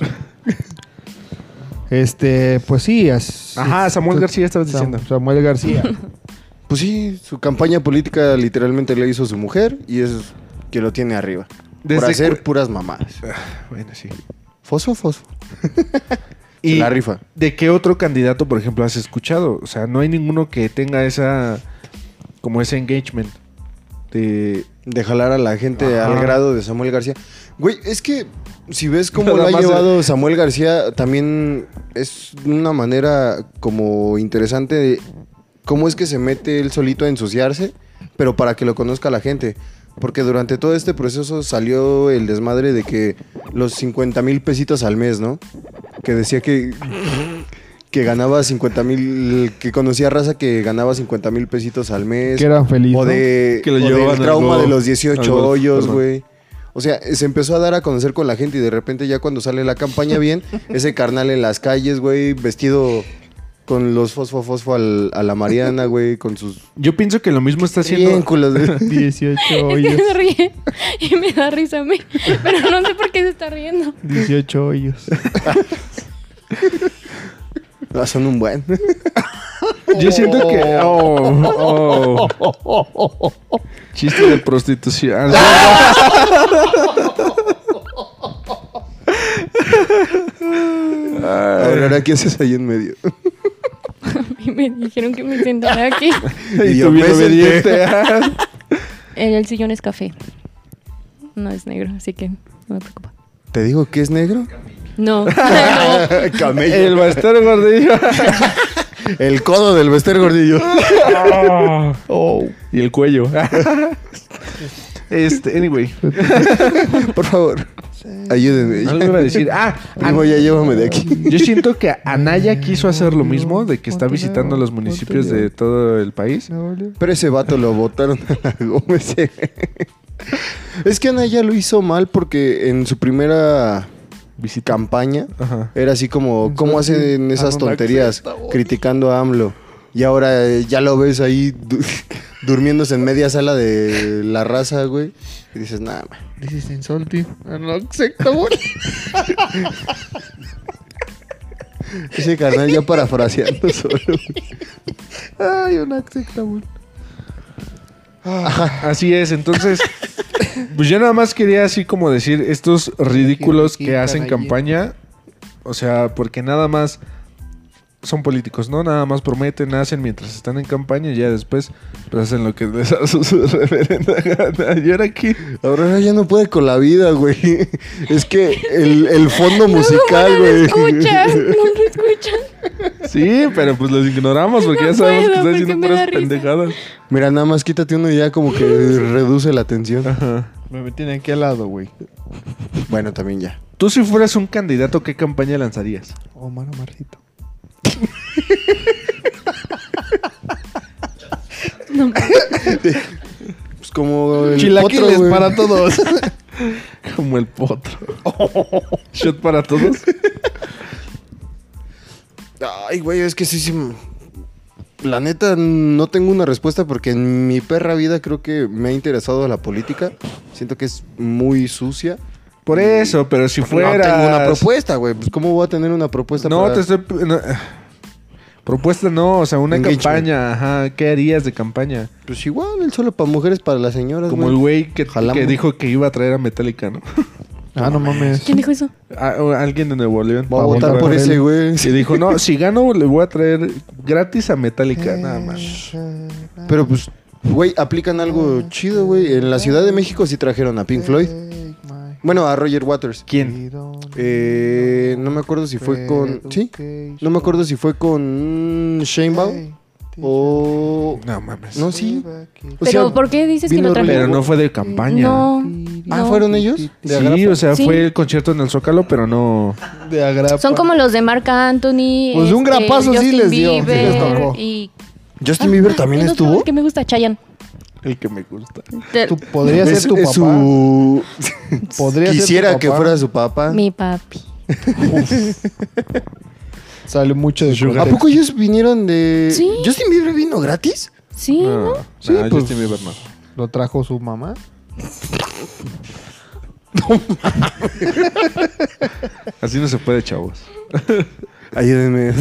A: Este, pues sí. as- pues,
C: Ajá, Samuel García estabas
A: Sam-
C: diciendo.
A: Samuel García.
B: Pues sí, su campaña política literalmente le hizo su mujer y es que lo tiene arriba.
C: Desde
B: por hacer
C: cu-
B: puras mamadas.
C: Bueno, sí.
B: Fosfo, fosfo.
C: Y
B: La rifa.
C: ¿De qué otro candidato, por ejemplo, has escuchado? O sea, no hay ninguno que tenga esa. como ese engagement. De.
B: De jalar a la gente
C: Ajá.
B: al grado de Samuel García. Güey, es que si ves cómo
C: Nada
B: lo ha
C: más de-
B: llevado Samuel García, también es una manera como interesante de cómo es que se mete él solito a ensuciarse, pero para que lo conozca la gente. Porque durante todo este proceso salió el desmadre de que los 50 mil pesitos al mes, ¿no? Que decía que, que ganaba 50 mil, que conocía raza que ganaba 50 mil pesitos al mes.
A: que eran felices.
B: O de
C: Que lo
B: o del
C: llevaban al
B: trauma
C: golf,
B: de los
C: al
B: 18
C: golf,
B: hoyos,
C: perdón.
B: güey. O sea, se empezó a dar a conocer con la gente y de repente ya cuando sale la campaña bien, ese carnal en las calles, güey, vestido con los fosfo fosfo al- a la Mariana, güey, con sus
C: Yo pienso que lo mismo está haciendo.
B: triángulos. güey.
A: 18
D: Es que
A: hoyos.
D: se ríe y me da risa a mí. Pero no sé por qué se está riendo.
A: 18 hoyos.
B: Ah, son un buen.
C: Yo siento que. Oh, oh. Chiste de prostitución.
B: Ahora, ¿qué haces ahí en medio?
D: Y me dijeron que me sentara aquí.
C: y
B: Y
C: tú
B: yo
C: bien
B: me senté.
C: obediente.
D: El, el sillón es café. no es negro, así que no me preocupa.
B: ¿Te digo que es negro?
D: No, no.
B: Camello.
C: El bastero gordillo.
B: El codo del Bester Gordillo. Oh.
C: Y el cuello. este, anyway.
B: Por favor, ayúdenme.
C: Algo iba a decir. Ah,
B: Primo, ya llévame de aquí.
C: Yo siento que Anaya quiso hacer lo mismo, de que está visitando los municipios de todo el país.
B: Pero ese vato lo botaron a la Gómez. eh. Es que Ana ya lo hizo mal porque en su primera campaña
C: Ajá.
B: era así como, ¿cómo hacen esas tonterías? Criticando a AMLO. Y ahora eh, ya lo ves ahí du- durmiéndose en media sala de la raza, güey. Y dices, Ah, nada,
A: This is insulting and unacceptable.
B: ese canal ya parafraseando solo.
A: Ay, unacceptable.
C: Ah, Así es, entonces. Pues yo nada más quería así como decir estos ridículos que hacen campaña. O sea, porque nada más son políticos, ¿no? Nada más prometen, hacen mientras están en campaña y ya después pues, hacen lo que les da su su reverenda gana. Y ahora aquí.
B: Aurora ya no puede con la vida, güey. Es que el, el fondo musical,
D: no lo
B: güey.
D: escuchan, no lo escuchan.
C: Sí, pero pues los ignoramos porque
D: No
C: ya sabemos
D: puedo,
C: que
D: porque
C: están haciendo
D: me da
C: puras
D: risa.
C: pendejadas.
B: Mira, nada más quítate uno y ya como que reduce la tensión.
C: Ajá.
A: Me meten aquí al lado, güey.
B: Bueno, también ya.
C: Tú si fueras un candidato, ¿qué campaña lanzarías?
B: Oh,
A: Omar Marrito.
B: Pues como el
A: Chilaquiles
B: potro, güey.
A: para todos.
C: Como el potro. Shot para todos.
B: Ay, güey, es que sí, sí. m- La neta, no tengo una respuesta porque en mi perra vida creo que me ha interesado la política. Siento que es muy sucia.
C: Por eso, pero si fuera.
B: No tengo una propuesta, güey. Pues, ¿Cómo voy a tener una propuesta
C: No,
B: para-
C: te estoy. no. Propuesta no, o sea, una
B: Engagement.
C: campaña. Ajá, ¿qué harías de campaña?
B: Pues igual, el solo para mujeres, para las señoras,
C: Como el güey que,
B: Pues, Jalamos.
C: que dijo que iba a traer a Metallica, ¿no?
A: Ah, no mames.
D: ¿Quién dijo eso?
C: A- o alguien de Nuevo León.
B: Voy a
A: Pa'
B: votar
A: votar
B: por
A: por
B: ese,
A: él.
B: güey.
C: Y dijo, no, si gano le voy a traer gratis a Metallica.
B: Eh.
C: Nada más.
B: Pero pues, güey, aplican algo chido, güey. En la Ciudad de México sí trajeron a Pink Floyd. Bueno, a Roger Waters.
C: ¿Quién?
B: Eh, no me acuerdo si fue con... ¿Sí? No me acuerdo si fue con mm, Shane Baum o...
C: No mames.
B: No, sí. O
D: Pero
B: sea,
D: ¿por qué dices que
B: vino
D: lo trajeron?
C: pero no fue de campaña.
D: No.
B: Ah,
D: no.
B: ¿fueron ellos? De
C: Sí,
B: agrapa.
C: o sea,
D: Sí.
C: fue el concierto en el Zócalo, pero no.
A: De agrapa.
D: Son como los de Marca Anthony. este,
A: Pues de un grapazo sí
D: Justin
A: les dio, sí
D: Bieber
A: les tocó.
D: Y...
B: ¿Justin Bieber
D: Ah,
B: también
D: el otro
B: estuvo?
D: Que me gusta, Chayanne.
C: El que me gusta.
D: Del-
A: Tú podrías
B: Es-
A: ser tu
B: es
A: papá.
B: su-
A: Podría
B: Quisiera
A: ser tu
B: que
A: papá.
B: fuera su papá.
D: Mi papi.
A: Sale mucho de
B: ¿A
A: contexto.
B: poco ellos vinieron de...
D: Sí.
B: ¿Justin Bieber vino gratis?
D: Sí, ¿no?
A: Sí,
C: nah,
A: pues.
C: Ah, Justin Bieber no.
A: ¿Lo trajo su mamá?
C: Así no se puede, chavos.
B: Ayúdenme.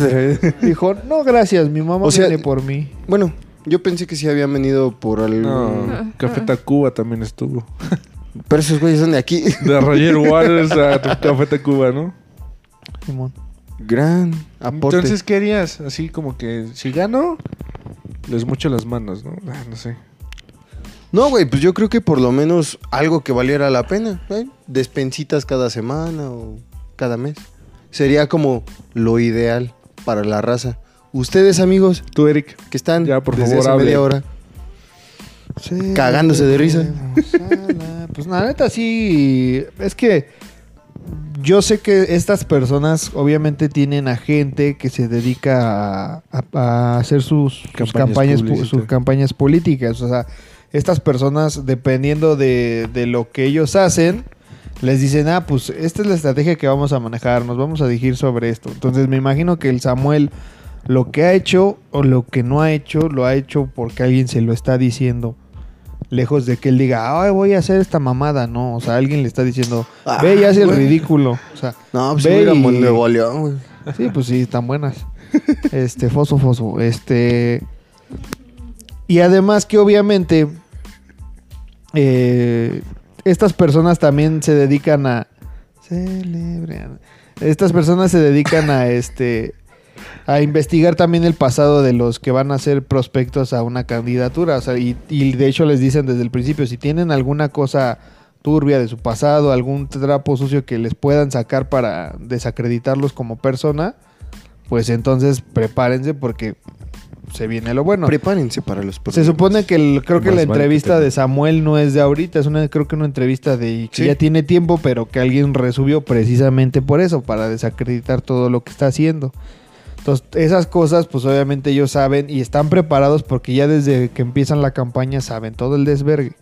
A: Dijo, no, gracias, mi mamá
B: O sea-
A: viene por mí.
B: bueno, yo pensé que sí habían venido por algo.
C: No, Café Tacuba también estuvo.
B: Pero esos güeyes son de aquí.
C: De Roger Waters a Café Tacuba, ¿no?
A: Simón.
B: Gran aporte.
C: Entonces, ¿qué harías? Así como que si gano, les mucho las manos, ¿no? Ah, no sé.
B: no, güey, pues yo creo que por lo menos algo que valiera la pena. ¿eh? Despensitas cada semana o cada mes. Sería como lo ideal para la raza. Ustedes, amigos,
C: Tú, Eric.
B: que están
C: Ya, por
B: desde
C: favor,
B: hace
C: hable.
B: media hora. Cagándose de risa.
A: Pues la neta sí, es que yo sé que estas personas obviamente tienen a gente que se dedica a, a- a hacer sus sus
C: Campañas
A: campañas, pu-
C: publicitarias.
A: sus campañas políticas. O sea, estas personas, dependiendo de, de lo que ellos hacen, les dicen, ah, pues esta es la estrategia que vamos a manejar, nos vamos a dirigir sobre esto. Entonces me imagino que el Samuel lo que ha hecho o lo que no ha hecho, lo ha hecho porque alguien se lo está diciendo. Lejos de que él diga, ay, voy a hacer esta mamada, no. O sea, alguien le está diciendo,
B: Ah,
A: ve y hace el
B: güey.
A: ridículo. O sea,
B: No, pues
A: Ve
B: yo voy a
A: y-
B: ir a Nuevo León, güey.
A: Sí, pues sí, están buenas. Este, foso, foso. Este. Y además que obviamente. eh, estas personas también se dedican a. Celebran. Estas personas se dedican a este. A investigar también el pasado de los que van a ser prospectos a una candidatura. O sea, y, y de hecho les dicen desde el principio, si tienen alguna cosa turbia de su pasado, algún trapo sucio que les puedan sacar para desacreditarlos como persona, pues entonces prepárense porque se viene lo bueno.
B: Prepárense para los
A: Se supone que el- creo que
C: pues, Más
A: la
C: vale que
A: entrevista
C: te-
A: de Samuel no es de ahorita, es una creo que una entrevista de que
B: Sí.
A: ya tiene tiempo, pero que alguien resubió precisamente por eso, para desacreditar todo lo que está haciendo. Entonces, esas cosas pues obviamente ellos saben y están preparados porque ya desde que empiezan la campaña saben todo el desvergue.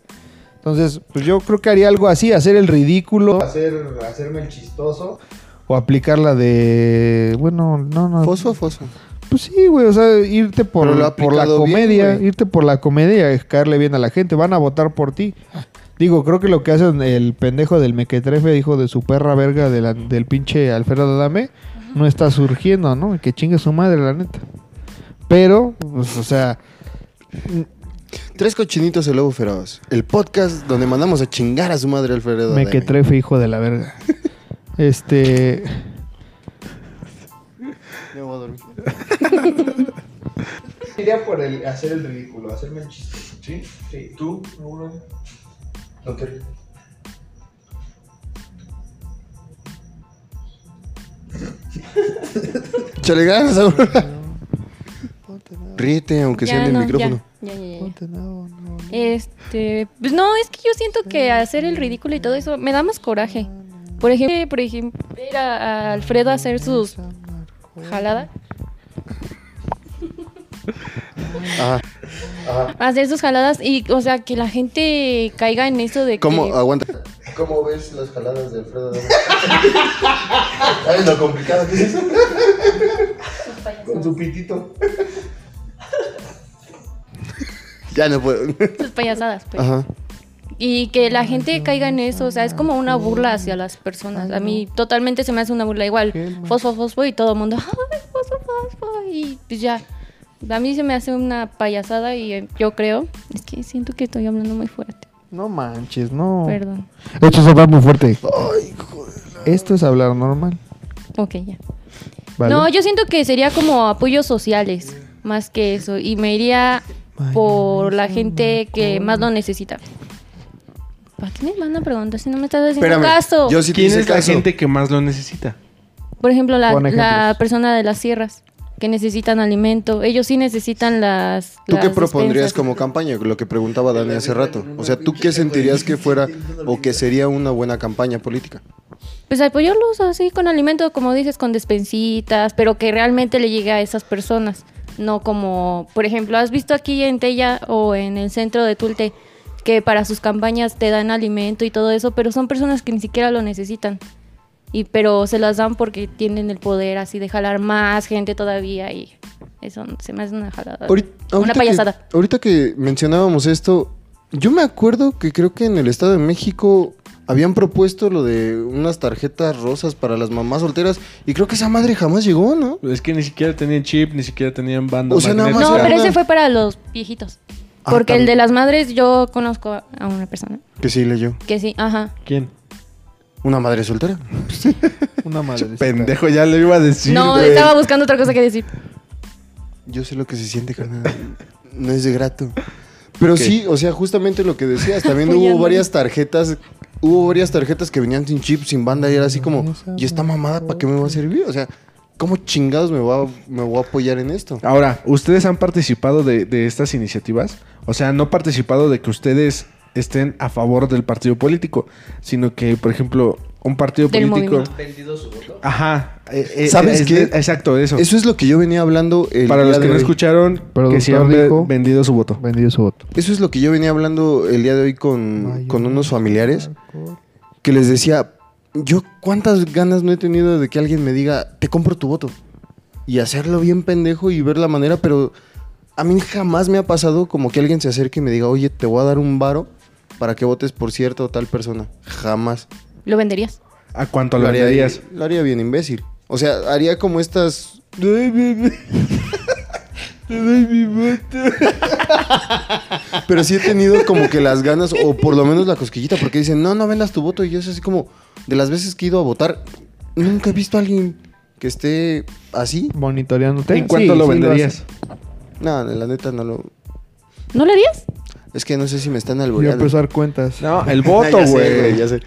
A: Entonces, pues yo creo que haría algo así, hacer el ridículo, hacer hacerme el chistoso o aplicar la de bueno, no, no.
B: Fosfo, fosfo.
A: Pues sí, güey, o sea, irte por,
B: Pero lo ha
A: por la
B: aplicado bien,
A: comedia,
B: güey.
A: irte por la comedia, es caerle bien a la gente, van a votar por ti. Digo, creo que lo que hacen el pendejo del mequetrefe, hijo de su perra verga de la- del pinche Alfredo Adame, no está surgiendo, ¿no? Que chingue su madre, la neta. Pero, pues, o sea,
B: Tres cochinitos de lobo feroz. El podcast donde mandamos a chingar a su madre Alfredo. Adame.
A: mequetrefe, hijo de la verga. Este,
B: Me voy a dormir.
E: Iría por el hacer el ridículo, hacerme el chiste. ¿Sí? Sí. ¿Tú, uno? No te ríes.
B: Chale ganas ahora. Ríete, aunque sea
D: Ya,
B: en el
D: no,
B: micrófono.
D: ya, ya, ya, ya. Este, pues no, es que yo siento que hacer el ridículo y todo eso me da más coraje. Por ejemplo, por ejemplo, ver a, a Alfredo hacer sus jalada,
B: Ajá.
D: hacer sus jaladas y, o sea, que la gente caiga en eso de
B: ¿Cómo? Ah.
D: que
B: Aguanta. ¿Cómo ves las jaladas de Alfredo? ¿Sabes lo complicado que es eso?
E: Con su pitito.
B: Ya no puedo.
D: sus payasadas, pues.
B: Ajá.
D: Y que la gente caiga en eso, o sea, es como una burla hacia las personas. A mí totalmente se me hace una burla igual. Fosfo, fosfo y todo el mundo, ay, fosfo, fosfo. Y pues ya. A mí se me hace una payasada y eh, yo creo, es que siento que estoy hablando muy fuerte.
A: no manches, no.
D: Perdón.
A: Esto es hablar muy fuerte. Esto es hablar normal.
D: Ok, ya.
A: ¿vale?
D: No, yo siento que sería como apoyos sociales, más que eso. Y me iría por la gente que más lo necesita. ¿Para qué me mandan preguntas si no me estás haciendo
B: Espérame.
D: caso?
B: Yo sí te
C: ¿Quién
B: hice
C: es la
B: caso.
C: gente que más lo necesita?
D: Por ejemplo, la,
A: Pon
D: la
A: ejemplos.
D: persona de las sierras que necesitan alimento. Ellos sí necesitan las.
B: ¿Tú qué
D: las
B: propondrías
D: despensas.
B: como campaña? Lo que preguntaba Dani hace rato. O sea, ¿tú qué sentirías que fuera o que sería una buena campaña política?
D: Pues apoyarlos así con alimento, como dices, con despensitas, pero que realmente le llegue a esas personas. No como, por ejemplo, has visto aquí en Tella o en el centro de Tulte que para sus campañas te dan alimento y todo eso, pero son personas que ni siquiera lo necesitan. Y pero se las dan porque tienen el poder así de jalar más gente todavía y eso se me hace una jalada.
B: Ahorit-
D: una
B: ahorita que-
D: payasada.
B: ahorita que mencionábamos esto, yo me acuerdo que creo que en el Estado de México habían propuesto lo de unas tarjetas rosas para las mamás solteras y creo que esa madre jamás llegó, ¿no?
C: Es que ni siquiera tenían chip, ni siquiera tenían banda.
B: O sea, nada más
C: magnética.
D: No,
B: era-
D: pero ese fue para los viejitos.
B: Ah,
D: Porque el
B: también.
D: de las madres yo conozco a una persona
B: Que sí leyó.
D: que sí, ajá.
C: ¿Quién?
B: Una madre soltera.
A: Una madre.
C: Pendejo, ya lo iba a decir.
D: no,
C: güey.
D: estaba buscando otra cosa que decir.
B: Yo sé lo que se siente, carnal. No es de grato. Pero sí, o sea, justamente lo que decías, también hubo
D: Apoyando.
B: varias tarjetas, hubo varias tarjetas que venían sin chip, sin banda, y era así como, ¿y esta mamada para qué me va a servir? O sea, ¿cómo chingados me voy a, me voy a apoyar en esto?
C: Ahora, ¿ustedes han participado de, de estas iniciativas? O sea, no participado de que ustedes estén a favor del partido político, sino que, por ejemplo, un partido
D: Del
C: político...
D: movimiento.
C: Ajá. eh, eh,
B: ¿Sabes
C: es
B: qué?
C: de- exacto, eso.
B: Eso es lo que yo venía hablando el
C: Para
B: día
C: los que
B: de
C: no
B: hoy.
C: escucharon, que
A: Productor
C: se han ve-
A: dijo-
C: vendido su voto.
A: Vendido su voto.
B: Eso es lo que yo venía hablando el día de hoy con, con unos familiares que les decía, yo cuántas ganas no he tenido de que alguien me diga, te compro tu voto. Y hacerlo bien pendejo y ver la manera, pero a mí jamás me ha pasado como que alguien se acerque y me diga, oye, te voy a dar un varo para que votes por cierta o tal persona. Jamás.
D: ¿Lo venderías?
C: ¿A cuánto lo venderías?
B: lo haría bien imbécil. O sea, haría como estas... Pero sí he tenido como que las ganas, o por lo menos la cosquillita, porque dicen, no, no vendas tu voto. Y yo es así como, de las veces que he ido a votar, nunca he visto a alguien que esté así.
A: Monitoreándote.
C: ¿En cuánto
A: Sí,
C: lo
A: sí,
C: venderías?
A: hace.
B: No, la neta no lo...
D: ¿No lo harías?
B: Es que no sé si me están
A: Voy a
B: alboreando.
A: empezar cuentas.
C: No, el
B: Ah,
C: voto,
B: ya sé,
C: güey.
B: ya sé.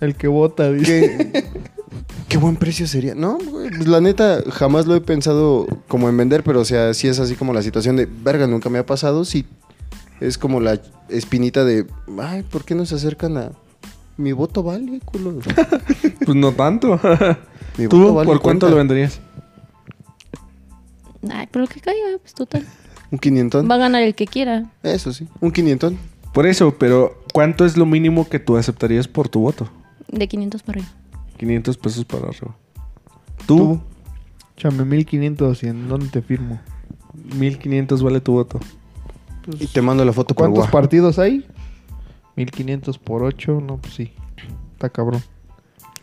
A: El que vota, dice.
B: ¿Qué, qué buen precio sería. No, güey, pues la neta, jamás lo he pensado como en vender, pero o sea, sí es así como la situación de, verga, nunca me ha pasado. Sí, es como la espinita de, ay, ¿por qué no se acercan a... Mi voto vale, culo.
C: Pues no tanto.
B: Mi voto
C: ¿Tú
B: vale
C: por cuánto
B: cuenta.
C: lo venderías?
D: Ay, pero que caiga, pues total.
B: Un quinientón.
D: Va a ganar el que quiera.
B: Eso sí, un quinientón.
C: Por eso, pero ¿cuánto es lo mínimo que tú aceptarías por tu voto?
D: De 500 para arriba.
C: 500 pesos para arriba. ¿Tú?
A: Chame 1500 y en dónde te firmo.
C: 1500 vale tu voto.
B: Y te mando la foto por
A: Pues, ¿Cuántos
B: WhatsApp.
A: partidos hay? 1500 por 8, no, pues sí. Está cabrón.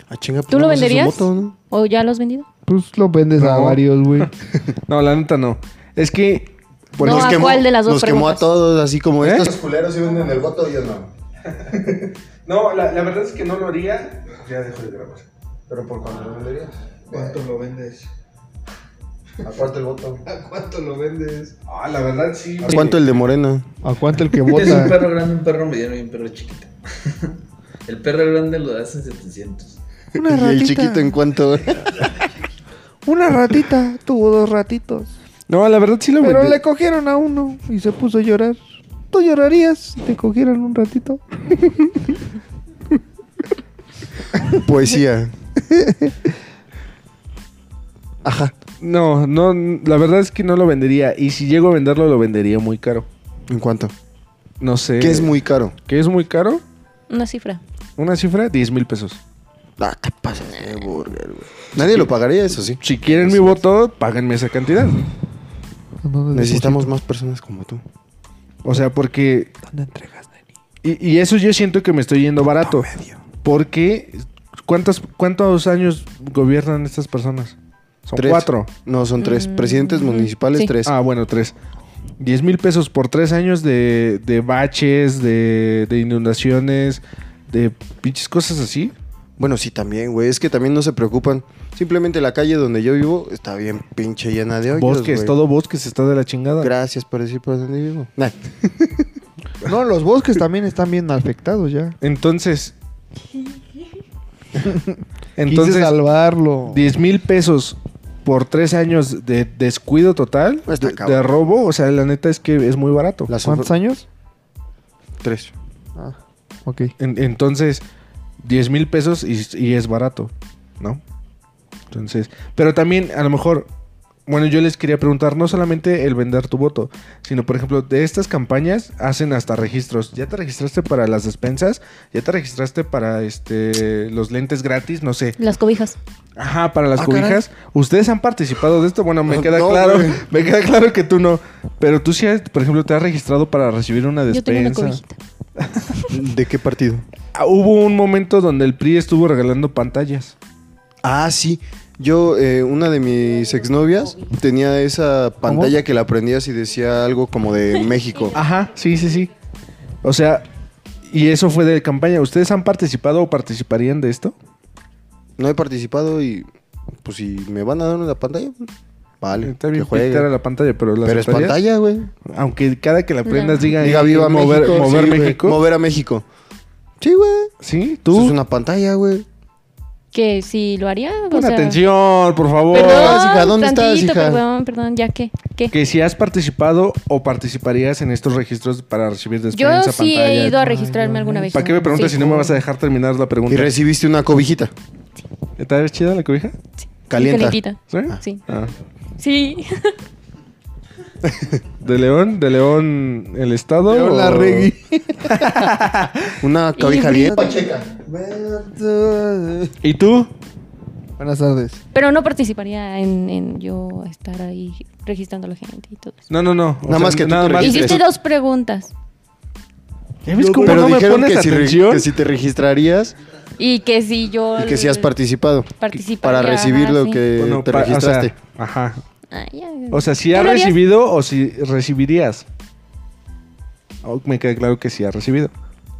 B: Ah, chinga, pues
D: ¿Tú lo
B: nada más es un
D: venderías?
B: voto, ¿no?
D: ¿O ya lo has vendido?
A: Pues lo vendes a
C: No.
A: varios, güey.
C: No, la neta no. Es que
D: No, ¿a cuál de las dos
B: nos quemó a
D: preguntas?
B: todos, así como
C: ¿Eh?
B: estos.
E: Los culeros sí venden el voto, yo no. no, la, la verdad es que no lo haría. Ya dejo de grabar.
B: Pero por cuánto lo venderías.
E: ¿Cuánto lo vendes?
B: Aparte el voto.
E: ¿A cuánto lo vendes? Ah, la verdad sí. güey.
B: ¿Cuánto el de Morena?
A: ¿A cuánto el que
F: Tienes un
A: vota?
F: perro grande, un perro mediano y un perro chiquito. El perro grande lo das en 700.
A: Una
B: y el chiquito en cuánto.
A: Una ratita. Tuvo dos ratitos.
C: No, la verdad sí lo
A: Pero
C: vendí.
A: le cogieron a uno y se puso a llorar. ¿Tú llorarías si te cogieran un ratito?
B: Poesía. Ajá.
C: No, no, la verdad es que no lo vendería. Y si llego a venderlo, lo vendería muy caro.
B: ¿En cuánto?
C: No sé.
B: Que es muy caro.
C: ¿Qué es muy caro?
D: Una cifra.
C: Una cifra, 10 mil pesos.
B: Ah, te pasas de burger, güey. Nadie lo pagaría, eso sí.
C: Si quieren mi voto, páganme esa cantidad.
B: Necesitamos más personas como tú.
C: O sea, porque...
A: ¿Dónde entregas, Neni?
C: Y, y eso yo siento que me estoy yendo barato. Porque... ¿Cuántos, ¿Cuántos años gobiernan estas personas? Son
B: Tres.
C: cuatro.
B: No, son tres. Presidentes
D: Mm,
B: municipales,
D: sí.
B: tres.
C: Ah, bueno, tres. 10 mil pesos por tres años de, de baches, de, de inundaciones, de pinches cosas así.
B: Bueno, sí, también, güey. Es que también no se preocupan. Simplemente la calle donde yo vivo está bien pinche llena de hoyos,
C: bosques,
B: güey.
C: todo bosques está de la chingada.
B: Gracias por decir por dónde vivo. Nah.
A: No, los bosques también están bien afectados ya.
C: Entonces...
A: Entonces,
C: Entonces,
A: Quise salvarlo.
C: 10 mil pesos por tres años de descuido total,
B: Está
C: de,
B: cabrón.
C: de robo, o sea, la neta es que es muy barato.
B: Las
A: ¿Cuántos
B: ofre-
A: años?
B: Tres.
A: Ah, ok.
C: En- entonces, 10 mil pesos y, y es barato, ¿no? Entonces, pero también a lo mejor, bueno, yo les quería preguntar, no solamente el vender tu voto, sino por ejemplo, de estas campañas hacen hasta registros. ¿Ya te registraste para las despensas? ¿Ya te registraste para este los lentes gratis? No sé.
D: Las cobijas.
C: Ajá, para las
B: Ah,
C: cobijas. ¿Ustedes han participado de esto? Bueno, me
B: No,
C: queda
B: no,
C: claro.
B: güey.
C: Me queda claro que tú no. Pero tú sí, has, por ejemplo, te has registrado para recibir una
D: Yo tengo una
C: despensa.
D: cobijita.
B: ¿De qué partido?
C: Ah, Hubo un momento donde el PRI estuvo regalando pantallas.
B: Ah, sí. Yo, eh, una de mis exnovias tenía esa pantalla que la prendías y decía algo como de México.
C: Ajá, sí, sí, sí. O sea, y eso fue de campaña. ¿Ustedes han participado o participarían de esto?
B: No he participado y pues si me van a dar una pantalla, vale,
C: Está bien
B: que juegue.
C: pintar a la pantalla, pero la
B: Pero es
C: aceptarías?
B: pantalla, güey.
C: Aunque cada que la prendas
D: No.
C: diga,
B: Diga
C: eh,
B: viva
C: mover,
B: México.
C: mover
B: Sí, güey.
C: México.
B: Mover a México. Sí, güey.
C: Sí,
B: Eso
C: tú.
B: Es una pantalla, güey.
D: Que si lo haría. Pues, o
C: Pon
D: sea-
C: atención, por favor.
D: Perdón,
B: hija, ¿dónde estás,
D: tantito,
B: hija?
D: Perdón, perdón, ya que. ¿Qué?
C: Que si has participado o participarías en estos registros para recibir
D: Yo
C: despensa,
D: sí
C: pantalla.
D: he ido a registrarme alguna vez.
C: ¿Para qué me preguntas
D: Sí.
C: si no me vas a dejar terminar la
B: Y
C: pregunta?
B: recibiste una cobijita.
C: ¿Está chida la cobija?
B: Calienta.
D: Calentita.
C: ¿Sí?
D: Sí.
C: Ah.
D: Sí.
C: ¿De León? ¿De León el Estado?
A: León
C: o-
A: Larregui.
B: Una cobija
D: Y-
B: bien.
E: Pacheca.
C: ¿Y tú?
A: Buenas tardes.
D: Pero no participaría en, en yo estar ahí registrando a la gente y todo eso.
C: No, no, no. O
B: Nada más que tú te Ah,
D: Hiciste
B: sí.
D: dos preguntas.
C: ¿Ya ves cómo
B: Pero
C: no me
B: dijeron
C: pones
B: que si, re-
C: atención?
B: que si te registrarías
D: Y que si yo.
B: y que si has participado.
D: participado.
B: Para recibir lo
D: eh,
B: que
C: Bueno,
B: te
C: pa- o sea,
B: registraste.
C: ajá. O sea, si ha
D: ¿Tú Ah, lo harías?
C: recibido o si recibirías. Oh, me queda claro que sí ha recibido.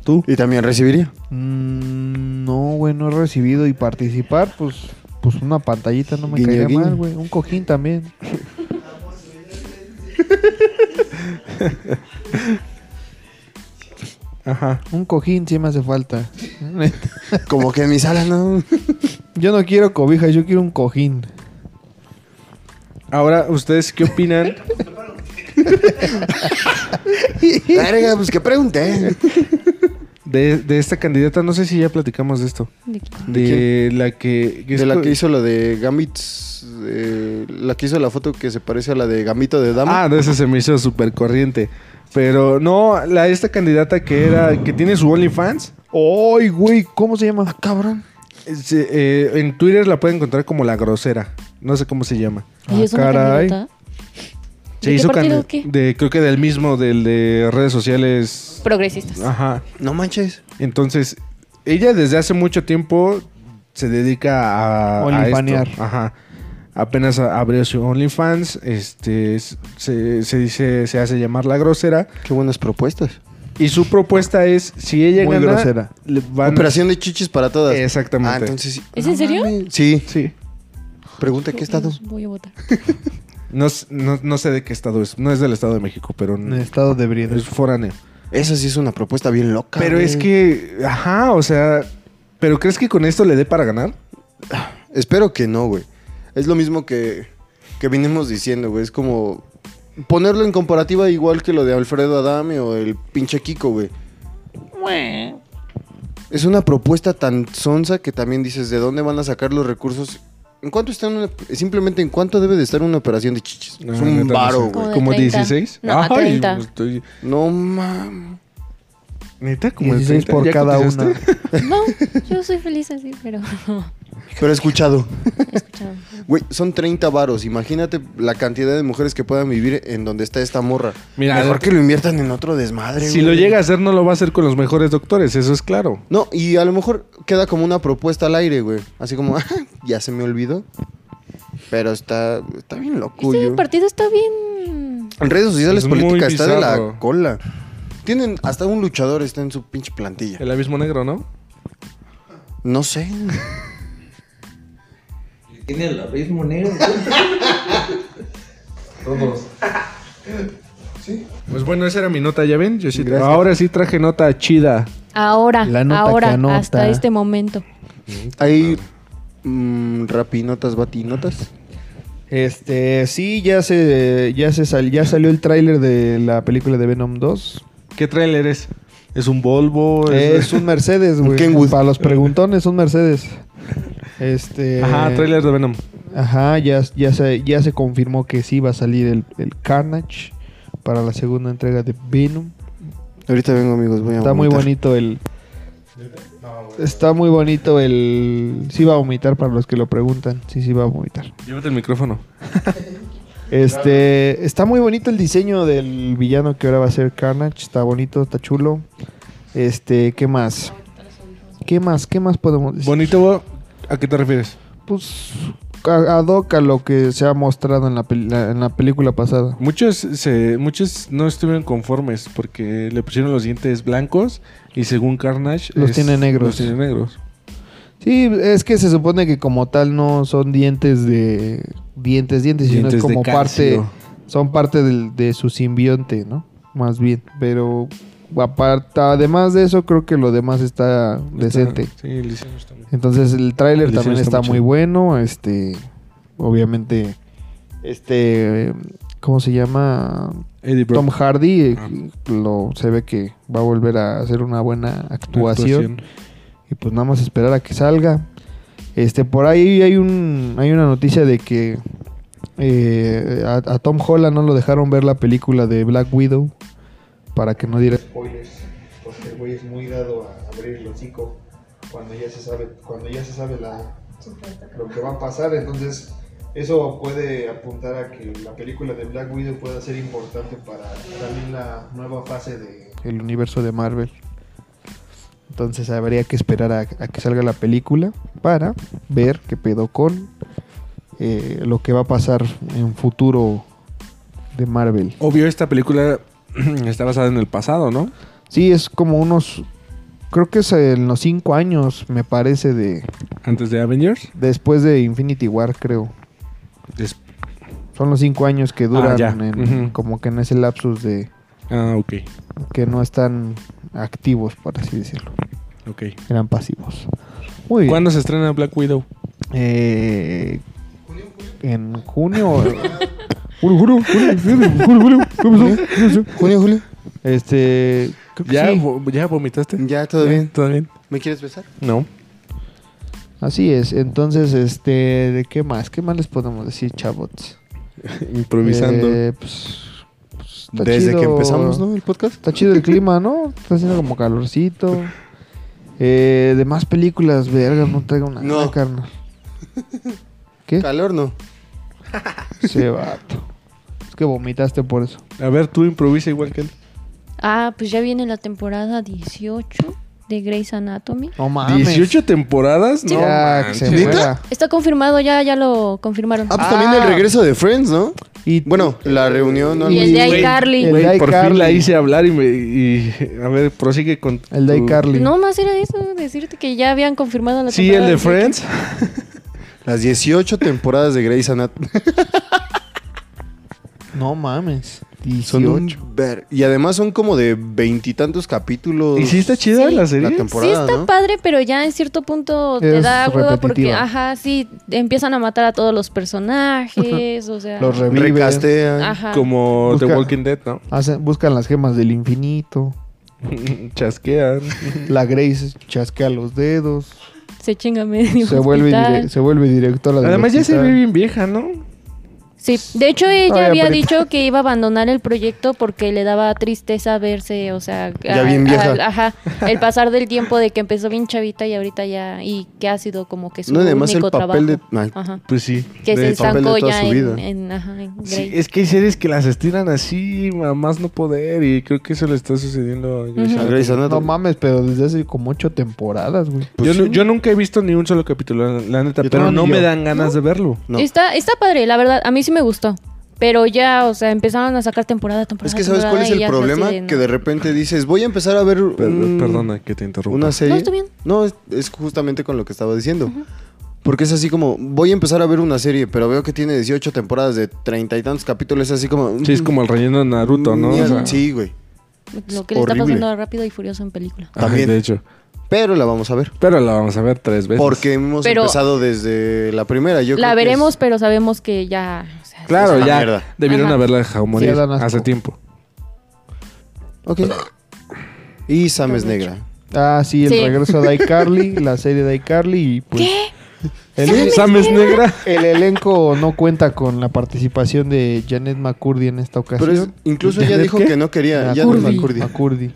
C: ¿Tú?
B: Y también recibiría.
A: Mm, no, güey, no he recibido y participar, pues, pues una pantallita no me
B: Guiño,
A: caería
B: guiño.
A: mal, güey. Un cojín también.
C: Ajá.
A: Un cojín sí me hace falta. Neta.
B: Como que en mi sala no.
A: Yo no quiero cobijas, yo quiero un cojín.
C: Ahora, ¿ustedes qué opinan?
B: Verga, pues que pregunté.
C: De, de esta candidata, no sé si ya platicamos de esto.
D: ¿De quién?
C: De la que.
B: De la que hizo la de Gambits. eh, la que hizo la foto que se parece a la de Gambito de Dama.
C: Ah, de esa se me hizo súper corriente. Pero no, la esta candidata que era. que tiene su OnlyFans.
A: ¡Ay, güey! ¿Cómo se llama? Ah, cabrón.
C: es, eh, en Twitter la pueden encontrar como la grosera. No sé cómo se llama.
D: ¿Y es una
A: caray.
D: candidata?
C: Ah, Se
D: ¿De qué
C: hizo
D: partido
C: candi-
D: o qué?
C: de Creo que del mismo, del de redes sociales.
D: Progresistas.
C: Ajá.
B: No manches.
C: Entonces, ella desde hace mucho tiempo se dedica a. a esto.
A: Onlyfanear.
C: Ajá. Apenas a- abrió su OnlyFans. Este. s- Se, se dice. Se hace llamar la grosera.
B: Qué buenas propuestas.
C: Y su propuesta es: si ella
A: Muy
C: gana.
A: grosera.
C: le van-
B: Operación de chichis para todas.
C: Exactamente.
B: Ah, entonces sí.
D: ¿Es en serio?
B: mames. Sí.
C: Sí.
B: Pregunta qué estado.
D: Voy a votar.
C: No, s- no- no sé de qué estado es. No es del Estado de México, pero
A: En estado de ebriedad.
C: Mm. es foráneo.
B: Esa sí es una propuesta bien loca.
C: Pero
B: güey.
C: es que, ajá, o sea, ¿pero crees que con esto le dé para ganar?
B: Espero que no, güey. Es lo mismo que, que vinimos diciendo, güey. Es como ponerlo en comparativa igual que lo de Alfredo Adame o el pinche Kiko, güey. Es una propuesta tan sonsa que también dices, ¿de dónde van a sacar los recursos? ¿En cuánto está una, Simplemente, ¿en cuánto debe de estar una operación de chichis? es
C: Ah, neta,
B: un
C: no
B: varo,
C: sé.
B: güey.
D: güey.
C: ¿Como
D: Como de 30.
C: 16?
D: No, a 30.
C: estoy-
B: No mames.
C: Neta, como de
A: 16 por
C: 30? ¿Ya
A: cada
C: cotizaste?
A: una.
D: No, yo soy feliz así, pero no. Este
B: Pero he escuchado.
D: he escuchado.
B: Güey, son 30 varos. Imagínate la cantidad de mujeres que puedan vivir en donde está esta morra.
C: Mira,
B: Mejor que lo inviertan en otro desmadre,
C: Si
B: güey.
C: lo llega a hacer, no lo va a hacer con los mejores doctores, eso es claro.
B: No, y a lo mejor queda como una propuesta al aire, güey. Así como, "Ah, ya se me olvidó. Pero está, está bien loco,
D: Este
B: yo.
D: partido está bien.
B: En redes sociales
C: Es muy
B: política está de
C: bizarro.
B: la cola. Tienen hasta un luchador está en su pinche plantilla.
C: El abismo negro, ¿no?
B: No sé.
F: Tiene el abismo negro.
E: Todos.
C: Pues bueno, esa era mi nota, ¿ya ven? Yo sí tra- Ahora sí traje nota chida.
D: Ahora,
A: La nota que
D: ahora,
A: anota.
D: hasta este momento.
B: Hay mm, rapinotas, batinotas.
A: Este, sí, ya se, ya se sal- ya salió el tráiler de la película de Venom 2.
C: ¿Qué trailer es? ¿Es un Volvo?
A: Pues, Es un Mercedes,
B: Un
A: güey.
B: Kenwood.
A: Para los preguntones, un Mercedes. Este.
C: Ajá, trailer de Venom.
A: Ajá, ya, ya, se, ya se confirmó que sí va a salir el, el Carnage para la segunda entrega de Venom.
B: Ahorita vengo, amigos. Voy a
A: Está muy
B: vomitar.
A: bonito el. Está muy bonito el. Sí va a vomitar para los que lo preguntan. Sí, sí va a vomitar.
C: Llévate el micrófono.
A: Este. Está muy bonito el diseño del villano que ahora va a ser Carnage. Está bonito, está chulo. Este, ¿qué más? ¿Qué más? ¿Qué más podemos decir?
C: Bonito, ¿a qué te refieres?
A: Pues a- ad hoc a lo que se ha mostrado en la, pel- la- en la película pasada.
C: Muchos, se, muchos no estuvieron conformes porque le pusieron los dientes blancos y según Carnage...
A: Los tiene negros.
C: Los tiene negros.
A: Sí, es que se supone que como tal no son dientes de dientes dientes, sino
C: Dientes
A: es como
C: de
A: parte
C: calcio.
A: son parte del- de su simbionte, ¿no? Más bien, pero aparte además de eso creo que lo demás está decente.
C: Está- sí, le hicieron está bien.
A: Entonces el tráiler
C: El diseño
A: también
C: está
A: está,
C: muy
A: muy
C: chido.
A: bueno, este obviamente este ¿cómo se llama?
C: Eddie Brock.
A: Tom Hardy eh,
C: Ah.
A: lo se ve que va a volver a hacer una buena actuación. Y pues nada más esperar a que salga. Este, por ahí hay un. hay una noticia de que eh, a, a Tom Holland no lo dejaron ver la película de Black Widow. Para que no diera.
E: Spoilers. Porque el güey es muy dado a abrir el hocico cuando ya se sabe, cuando ya se sabe la, lo que va a pasar. Entonces, eso puede apuntar a que la película de Black Widow pueda ser importante para también la nueva fase de.
A: el universo de Marvel. Entonces habría que esperar a, a que salga la película para ver qué pedo con eh, lo que va a pasar en futuro de Marvel.
C: Obvio, esta película está basada en el pasado, ¿no?
A: Sí, es como unos. Creo que es en los cinco años, me parece, de.
C: Antes de Avengers.
A: Después de Infinity War, creo.
C: Des-
A: Son los cinco años que duran
C: Ah, ya.
A: en-
C: Ujú.
A: como que en ese lapsus de
C: Ah, ok.
A: que no están activos, por así decirlo.
C: Ok.
A: Eran pasivos. Muy bien.
C: ¿Cuándo se estrena Black Widow?
A: Eh, en junio.
C: Juru, juru, juru, juru, juru, juru. ¿Qué pasó? ¿Qué pasó?
B: Junio, Julio.
A: este. creo que
C: ¿Ya,
A: sí.
C: vo- ¿Ya vomitaste?
B: Ya, todo bien.
C: ¿Todo bien?
B: ¿Me quieres besar?
C: No.
A: Así es. Entonces, este. ¿De qué más? ¿Qué más les podemos decir, chavos?
C: Improvisando.
A: Eh, pues, pues, está
B: Desde
A: chido-
B: que empezamos, ¿no? El podcast.
A: Está chido el clima, ¿no? Está haciendo como calorcito. Eh, de más películas, verga, no traigo nada,
B: No.
A: carnal. ¿Qué?
B: Calor, no.
A: Se vato. Es que vomitaste por eso.
C: A ver, tú improvisa igual que él.
D: Ah, pues ya viene la temporada 18 de Grey's Anatomy.
A: No mames.
C: 18 temporadas, no.
A: Ya, que se
C: manches.
A: muera.
D: Está confirmado, ya, ya lo confirmaron.
B: Ah, pues también el regreso de Friends, ¿no?
A: Y
B: Bueno, la reunión, ¿no?
D: y el de
C: güey.
D: iCarly.
A: El-
C: Güey, por fin la
A: iCarly.
C: hice hablar y me. y- a ver, prosigue con.
A: el de
C: tu-
A: iCarly.
D: No más era eso, decirte que ya habían confirmado la
C: Sí, el
D: temporada
C: de
D: 18.
C: Friends.
B: Las 18 temporadas de Grey's Anatomy.
A: No mames.
B: Son un
A: 18.
B: ver- Y además son como de veintitantos capítulos.
C: ¿Y sí está chida
D: Sí.
C: la serie?
B: La temporada,
D: sí está
B: ¿no?
D: padre, pero ya en cierto punto te
A: Es
D: da hueva porque,
A: repetitiva.
D: ajá, sí, empiezan a matar a todos los personajes, o sea...
A: Los reviven.
B: Recastean.
D: ajá.
C: Como The
A: Busca-
C: Walking Dead, ¿no?
A: Hacen- buscan las gemas del infinito.
C: Chasquean.
A: La Grace chasquea los dedos.
D: Se chinga medio
A: Se vuelve,
D: hospital.
A: dire- se vuelve directora del
C: Además, ya se
A: hospital.
C: ve bien vieja, ¿no?
D: Sí, de hecho ella
A: Ay,
D: había
A: abuelita.
D: dicho que iba a abandonar el proyecto porque le daba tristeza verse, o sea,
B: Ya bien vieja.
D: ajá, el pasar del tiempo de que empezó bien chavita y ahorita ya y que ha sido como que su
B: No, y
D: único
B: además el papel
D: trabajo.
B: de- ay.
D: Ajá.
C: Pues sí.
D: Que se
B: del papel de
D: estancó
B: toda
D: ya
B: su
D: en,
B: vida.
D: en- ajá, en
C: Sí,
D: Grey.
C: es que hay series que las estiran así, a más no poder, y creo que eso le está sucediendo a Grey's
D: Ujú.
B: A
C: Anatomy.
B: Grey's Anatomy.
A: No mames, pero desde hace como ocho temporadas, güey.
B: Pues
C: yo, nu-
B: sí.
C: yo nunca he visto ni un solo capítulo, la- la neta,
A: Yo
C: pero
A: tampoco,
C: no
A: ni
C: me
A: yo.
C: dan ganas de verlo.
B: No.
D: Está está padre, la verdad, a mí sí me gustó. Pero ya, o sea, empezaron a sacar temporada, temporada.
B: Es que ¿sabes cuál
D: temporada,
B: es
D: y
B: el
D: ya fue así
B: problema?
D: no.
B: Que de repente dices, voy a empezar a ver
C: Per-
D: Mm.
B: un-
C: Perdona que te interrumpa.
B: una serie.
D: No, está bien.
B: No, es, es justamente con lo que estaba diciendo. Porque es así como, voy a empezar a ver una serie, pero veo que tiene 18 temporadas de treinta y tantos capítulos, es así como...
C: Sí, es como el relleno de Naruto, ¿no? O
B: Mierda.
C: sea,
B: Sí, güey.
D: Lo que le está
B: horrible.
D: pasando a Rápido y Furioso en película.
C: ajá,
B: también.
C: De hecho.
B: Pero la vamos a ver.
C: Pero la vamos a ver tres veces.
B: Porque hemos
D: Pero-
B: empezado desde la primera. Yo
D: La
B: creo que
D: veremos,
B: es-
D: pero sabemos que ya... o sea,
C: Claro,
B: Es una
C: ya
B: mierda.
C: debieron
D: Ajá.
C: haberla dejado morir
A: Sí, dan asco.
C: hace tiempo.
B: Ok. Y Sam es negra.
A: Ah, sí, el
D: Sí.
A: regreso de iCarly, la serie de iCarly y pues... El,
C: Sam es negra.
A: el elenco no cuenta con la participación de Janet McCurdy en esta ocasión.
B: Pero es- incluso ella
C: ¿Janet
B: dijo
C: qué?
B: que no quería. ya no,
A: McCurdy.
B: McCurdy.
A: McCurdy.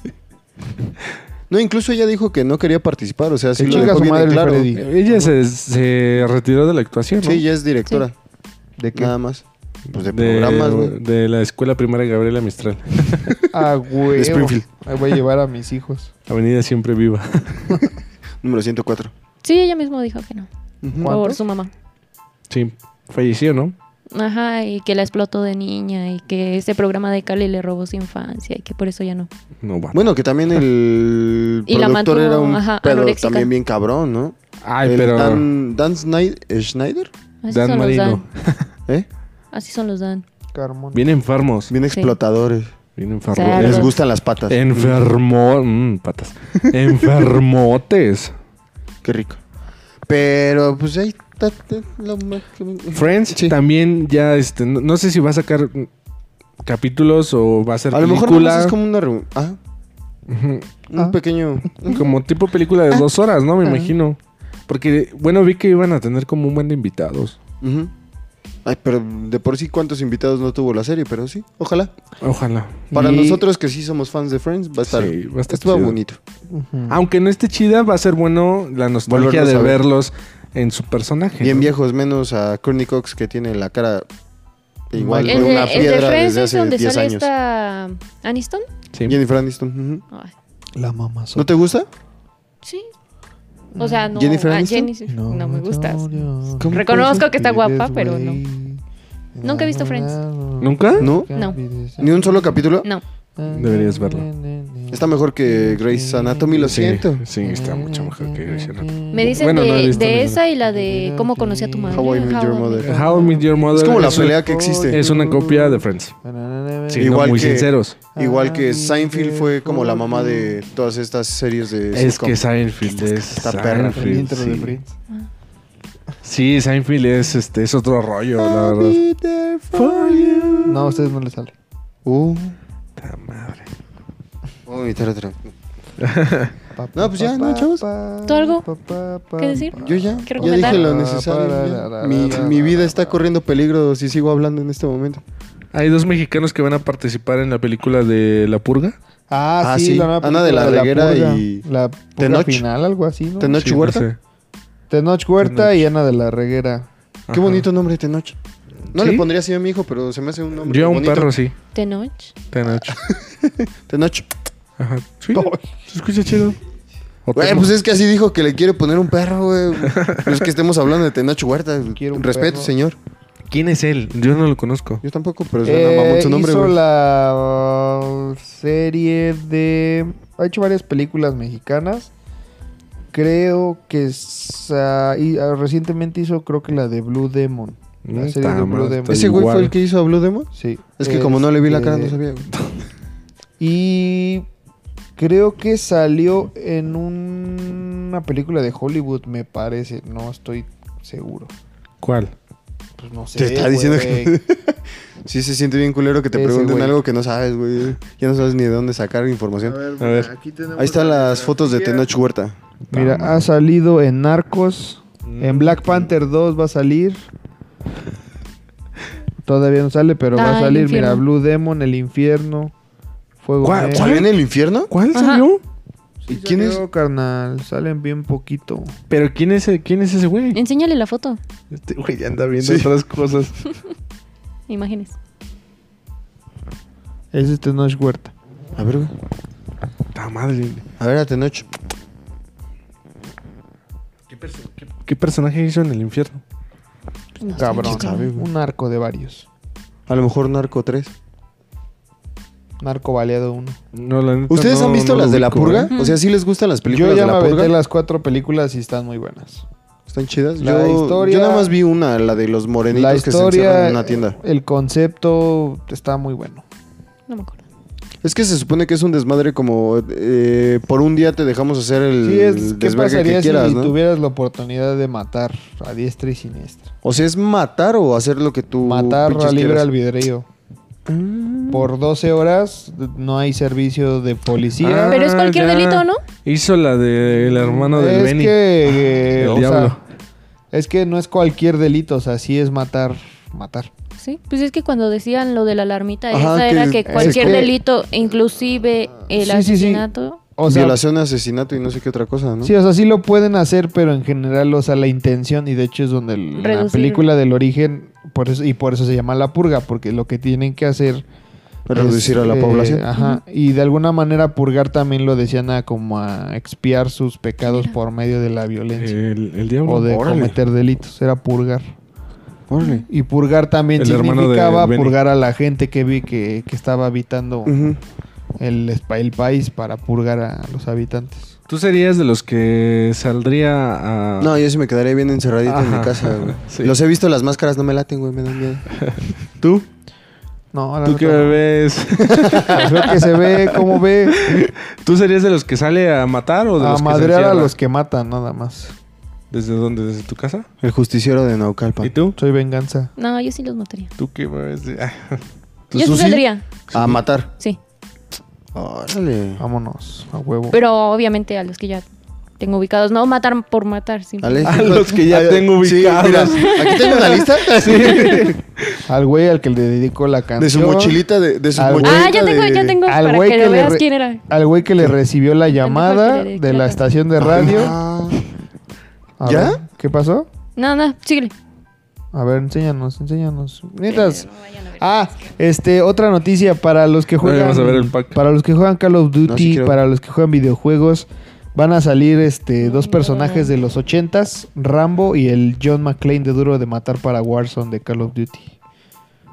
B: No, incluso ella dijo que no quería participar. O sea, sí
A: Que
B: lo
A: chinga
B: dejó
A: su
B: bien
A: madre
B: en
A: el
B: claro.
A: Freddy.
C: Ella se, se retiró de la actuación, ¿no?
B: Sí, ya es directora.
A: ¿De qué?
B: Nada más. Pues de, programas, güey.
C: de la escuela primaria Gabriela Mistral.
A: Ah, güey.
B: Springfield.
A: Ahí voy a llevar a mis hijos.
C: Avenida Siempre Viva.
B: Número 104.
D: Sí, ella misma dijo que no. Por
A: ¿Cuántos?
D: su mamá.
C: Sí, falleció, ¿no?
D: Ajá, y que la explotó de niña y que ese programa de Cali le robó su infancia y que por eso ya Ah, no.
C: No va.
B: Bueno, que también el
D: Y la
B: productor
D: mantuvo,
B: era un
D: ajá,
B: pedo
D: anoréxica.
B: también bien cabrón, ¿no?
C: Ay,
B: El
C: pero
B: Dan, Dan Schneider, eh, Schneider,
D: Así
C: Dan
D: son
C: Marino.
D: los Dan.
B: ¿eh?
D: Así son los Dan.
A: Carmón.
C: Bien enfermos.
B: Bien explotadores.
C: Bien enfermos.
D: Cerdos.
B: Les
C: Les gusta.
B: gustan las patas.
C: Enfermo. mm, patas. Enfermotes.
B: Mm, Qué rico. Pero, pues ahí está. está lo más que-
C: Friends
B: Sí.
C: también ya, este, no, no sé si va a sacar mm, capítulos o va a ser
B: A lo mejor
C: película.
B: nomás es como una reunión. Ah,
C: Ujú.
B: un
A: Ah.
B: pequeño.
C: Como tipo película
B: Ah.
C: de dos horas, ¿no? Me imagino. Porque, bueno, vi que iban a tener como un buen de invitados.
B: Ujú. Ay, pero de por sí, ¿cuántos invitados no tuvo la serie? Pero sí, ojalá.
C: Ojalá.
B: Para
A: Y-
B: nosotros que sí somos fans de Friends, va a estar.
C: Sí, va a estar
B: estuvo
C: chido.
B: bonito.
A: Ujú.
C: Aunque no esté chida, va a ser bueno la nostalgia
B: Volverlos
C: de
B: a ver.
C: verlos en su personaje.
B: Bien
C: ¿no?
B: viejos, menos a Courtney Cox que tiene la cara igual
D: El
B: con
D: de,
B: una
D: el de
B: piedra
D: Friends
B: desde
D: es
B: hace
D: donde
B: 10
D: sale
B: años.
D: esta Aniston.
C: Sí.
B: Jennifer Aniston. ujú.
D: Ay,
A: La mamá
B: ¿No te gusta?
D: sí. O sea, no.
B: ¿Jennifer
D: ah,
B: Aniston?
D: Jennifer- no, me gustas.
A: no.
B: ¿Cómo
D: Reconozco que está guapa,
A: Eres
D: pero
A: güey.
D: no. Nunca he visto Friends.
C: ¿Nunca?
B: ¿No?
D: No.
B: ¿Ni un solo capítulo?
D: No.
C: Deberías verlo.
B: Está mejor que Grey's Anatomy, lo
C: Sí,
B: siento.
C: Sí, está mucho mejor que Grey's Anatomy.
D: Me dicen
C: Bueno,
D: de,
C: no he visto
D: de
C: ninguna.
D: esa y la de cómo conocí a tu madre.
B: How I Met Your Mother.
C: How I Met Your Mother.
B: Es como la
C: un-
B: pelea que existe.
C: Es una copia de Friends. siendo
B: Igual
C: muy
B: que-
C: sinceros.
B: Igual que
A: Ah,
B: Seinfeld fue como la mamá de
A: Friends.
B: todas estas series de
C: Es
B: sitcom.
C: que Seinfeld es.
B: está perra.
A: El
C: Seinfeld,
A: intro de
C: sí.
A: Friends.
C: Sí, Seinfeld es, este, es otro rollo, la
B: I'll
C: verdad.
B: be there for you.
A: No, a ustedes no les sale.
B: Uh,
C: Puta madre.
B: voy a vomitar otra vez.
A: Pa, pa,
B: No, pues ya,
A: pa, pa,
B: ¿no, chavos?
A: pa,
D: ¿Tú algo
A: pa, pa, pa,
D: que decir?
A: pa.
B: Yo ya,
D: ¿Qué
B: ya dije lo
C: Ah,
A: recomendar?
B: necesario. ya.
A: Ra, ra, ra,
B: Mi,
A: ra,
B: mi
A: ra,
B: vida
A: ra,
B: está
A: ra.
B: corriendo peligro si sigo hablando en este momento.
C: Hay dos mexicanos que van a participar en la película de La Purga.
A: Ah,
B: Ah,
A: sí,
B: sí.
A: la nueva
B: Ana de
A: película
B: la Reguera
A: Purga.
B: y-
A: La Purga
B: Tenoch.
A: final, algo así, ¿no?
B: Tenoch
C: Sí, no
B: Huerta.
C: sé.
A: Tenoch Huerta
C: Tenoch.
A: y Ana de la Reguera.
B: Qué
C: Ajá.
B: bonito nombre, Tenoch. No
C: ¿Sí?
B: le pondría así a mi hijo, pero se me hace un nombre
C: Yo a un
B: bonito.
C: perro, sí.
D: Tenoch.
C: Tenoch.
B: Tenoch.
C: Ajá. Sí. Se escucha chido. O
B: Güey,
C: Temo.
B: pues es que así dijo que le quiere poner un perro, güey. No es que estemos hablando de Tenoch Huerta.
A: Quiero un
B: Respeto,
A: perro.
B: señor.
C: ¿Quién es él? Yo no lo conozco.
B: Yo tampoco, pero suena mamón
A: Eh,
B: su nombre,
A: hizo
B: güey.
A: la uh, serie de... Ha hecho varias películas mexicanas. Creo que es, ah, y, ah, recientemente hizo creo que la de Blue Demon. La
C: Mm,
A: serie de
C: ta
A: Blue
C: madre,
A: Demon.
C: está
B: ¿Ese güey
C: igual.
B: fue el que hizo a Blue Demon?
A: Sí.
B: Es que como no le vi la cara, no
A: Este,
B: sabía, güey.
A: Y creo que salió en un- una película de Hollywood, me parece. No estoy seguro.
C: ¿Cuál?
A: Pues no sé.
B: Te está diciendo
A: güey.
B: que. sí, se siente bien culero que te
A: Ese
B: pregunten
A: güey.
B: algo que no sabes, güey. Ya no sabes ni de dónde sacar información.
C: A ver.
E: aquí tenemos
B: Ahí están
E: la
B: las fotos de
E: biografía.
B: Tenoch Huerta.
A: Mira, ha salido en Narcos.
B: Mm.
A: En Black Panther 2 va a salir. Todavía no sale, pero va
D: Ah,
A: a
D: el
A: salir. Mira,
D: infierno.
A: Blue Demon, El Infierno, Fuego
C: ¿Cuál-
A: Negro.
B: ¿Salió en el infierno?
C: ¿Cuál
D: Ajá.
C: salió?
A: Sí
B: ¿Y quién es?
A: salió, carnal? Salen bien poquito.
C: ¿Pero quién es, el- quién es ese güey?
D: Enséñale la foto.
C: Este güey ya anda viendo
B: Sí.
C: otras cosas.
D: Imágenes.
A: Ese es Tenoch Huerta.
B: A ver, güey.
C: Ta madre.
B: A ver, a Tenoch.
C: ¿Qué personaje hizo en el infierno?
D: No sé,
A: Cabrón.
D: chico.
B: sabe, güey.
A: Un narco de varios.
B: A lo mejor Narco 3.
A: Narco baleado uno.
C: No, la neta,
B: ¿Ustedes
C: no-
B: han visto
C: no
B: las
C: lo
B: de La
C: ubico,
B: Purga?
C: ¿eh?
D: ¿eh?
B: O sea, ¿sí les gustan las películas
A: Yo ya
B: de
A: me
B: La Purga?
A: aventé las cuatro películas y están muy buenas.
B: Están chidas.
A: La
B: yo,
A: historia-
B: yo nada más vi una, la de los morenitos
A: La
B: que se
A: historia,
B: encierran en una tienda.
A: el concepto está muy bueno.
D: No me acuerdo.
B: Es que se supone que es un desmadre como eh, por un día te dejamos hacer el
A: Sí, es, ¿qué
B: desvergue
A: pasaría
B: que quieras,
A: si
B: ¿no?
A: tuvieras la oportunidad de matar a diestra y siniestra?
B: O sea, es matar o hacer lo que tú
A: matar
B: Uh, pinches Mm.
A: a libre
B: quieras.
A: al vidrio. Por 12 horas no hay servicio de policía.
C: Ah,
D: Pero es cualquier
C: ya.
D: delito, ¿no?
C: Hizo la del hermano de
A: es
C: Benny.
B: Ah,
A: Que, eh,
C: El
A: o
C: diablo.
A: sea, es que no es cualquier delito, o sea, sí es matar, matar.
D: Sí. Pues es que cuando decían lo de la alarmita,
B: Ajá,
D: esa era
B: que-
D: que
B: es
D: cualquier
A: que-
D: delito, inclusive el
A: Sí, sí, sí.
D: asesinato.
A: O sea,
B: Violación, asesinato y no sé qué otra cosa, ¿no?
A: Sí, o sea, sí lo pueden hacer, pero en general, o sea, la intención, y de hecho es donde el- la
D: Reducirlo.
A: película del origen, por eso, y por eso se llama la purga, porque lo que tienen que hacer es,
B: Reducir a la
A: eh,
B: población.
A: Ajá, y de alguna manera purgar también lo decían a como a expiar sus pecados por medio de la violencia.
C: El, el diablo.
A: O de
C: Eh, Órale.
A: cometer delitos, era purgar.
B: Órale.
A: Y purgar también
C: El hermano de
A: significaba
C: Benny.
A: purgar a la gente que vi que, que estaba habitando
B: Ujú.
A: el, espa- el país para purgar a los habitantes.
C: Tú serías de los que
D: Ah.
C: saldría a.
B: No, yo sí me quedaría bien encerradito en
C: Ajá.
B: mi casa, güey.
C: Sí.
B: Los he visto, las máscaras no me laten, güey, me dan miedo.
C: ¿Tú?
A: No, la
C: ¿Tú
A: neta
C: qué
A: no.
C: ves?
A: Lo que se ve, cómo ve.
C: ¿Tú serías de los que sale a matar o de
A: A
C: los que
A: madrear
C: se
A: a
C: encierra?
A: los que matan, nada más.
C: ¿Desde dónde? ¿Desde tu casa?
B: El justiciero de Naucalpan.
C: ¿Y tú?
A: Soy venganza.
D: No, yo sí los mataría.
C: ¿Tú qué ves? Ah,
B: ¿Tú,
D: yo sí
B: Susi?
D: saldría.
B: A matar.
D: Sí.
B: Órale.
A: Vámonos, a huevo.
D: Pero obviamente a los que ya tengo ubicados. No matar por matar. simplemente.
B: Alex.
C: A los que ya
B: Ay,
C: tengo
B: sí,
C: ubicados.
B: mira, aquí tengo una lista
A: Al güey al que le dedico la canción.
B: de su mochilita, de, de su
A: Al güey.
B: mochilita.
D: Ah, ya tengo,
B: de-
D: ya tengo.
A: Al
D: Para
A: güey
D: que,
A: que
D: lo
A: le
D: veas
A: re-
D: quién era.
A: Al güey que le recibió la
D: Pendejo
A: llamada
D: al que le
A: de la
D: declara.
A: estación de radio.
B: Ah,
A: A
B: ¿Ya?
A: ver, ¿Qué pasó?
D: No, no, síguele.
A: A ver, enséñanos, enséñanos. Nietas. Ah, este, otra noticia para los que
C: Ahora
A: juegan.
C: vamos a ver el pack.
A: Para los que juegan Call of Duty,
B: No, sí quiero-
A: para los que juegan videojuegos, van a salir este dos personajes de los ochentas, Rambo y el John McClane de Duro de Matar para Warzone de Call of Duty.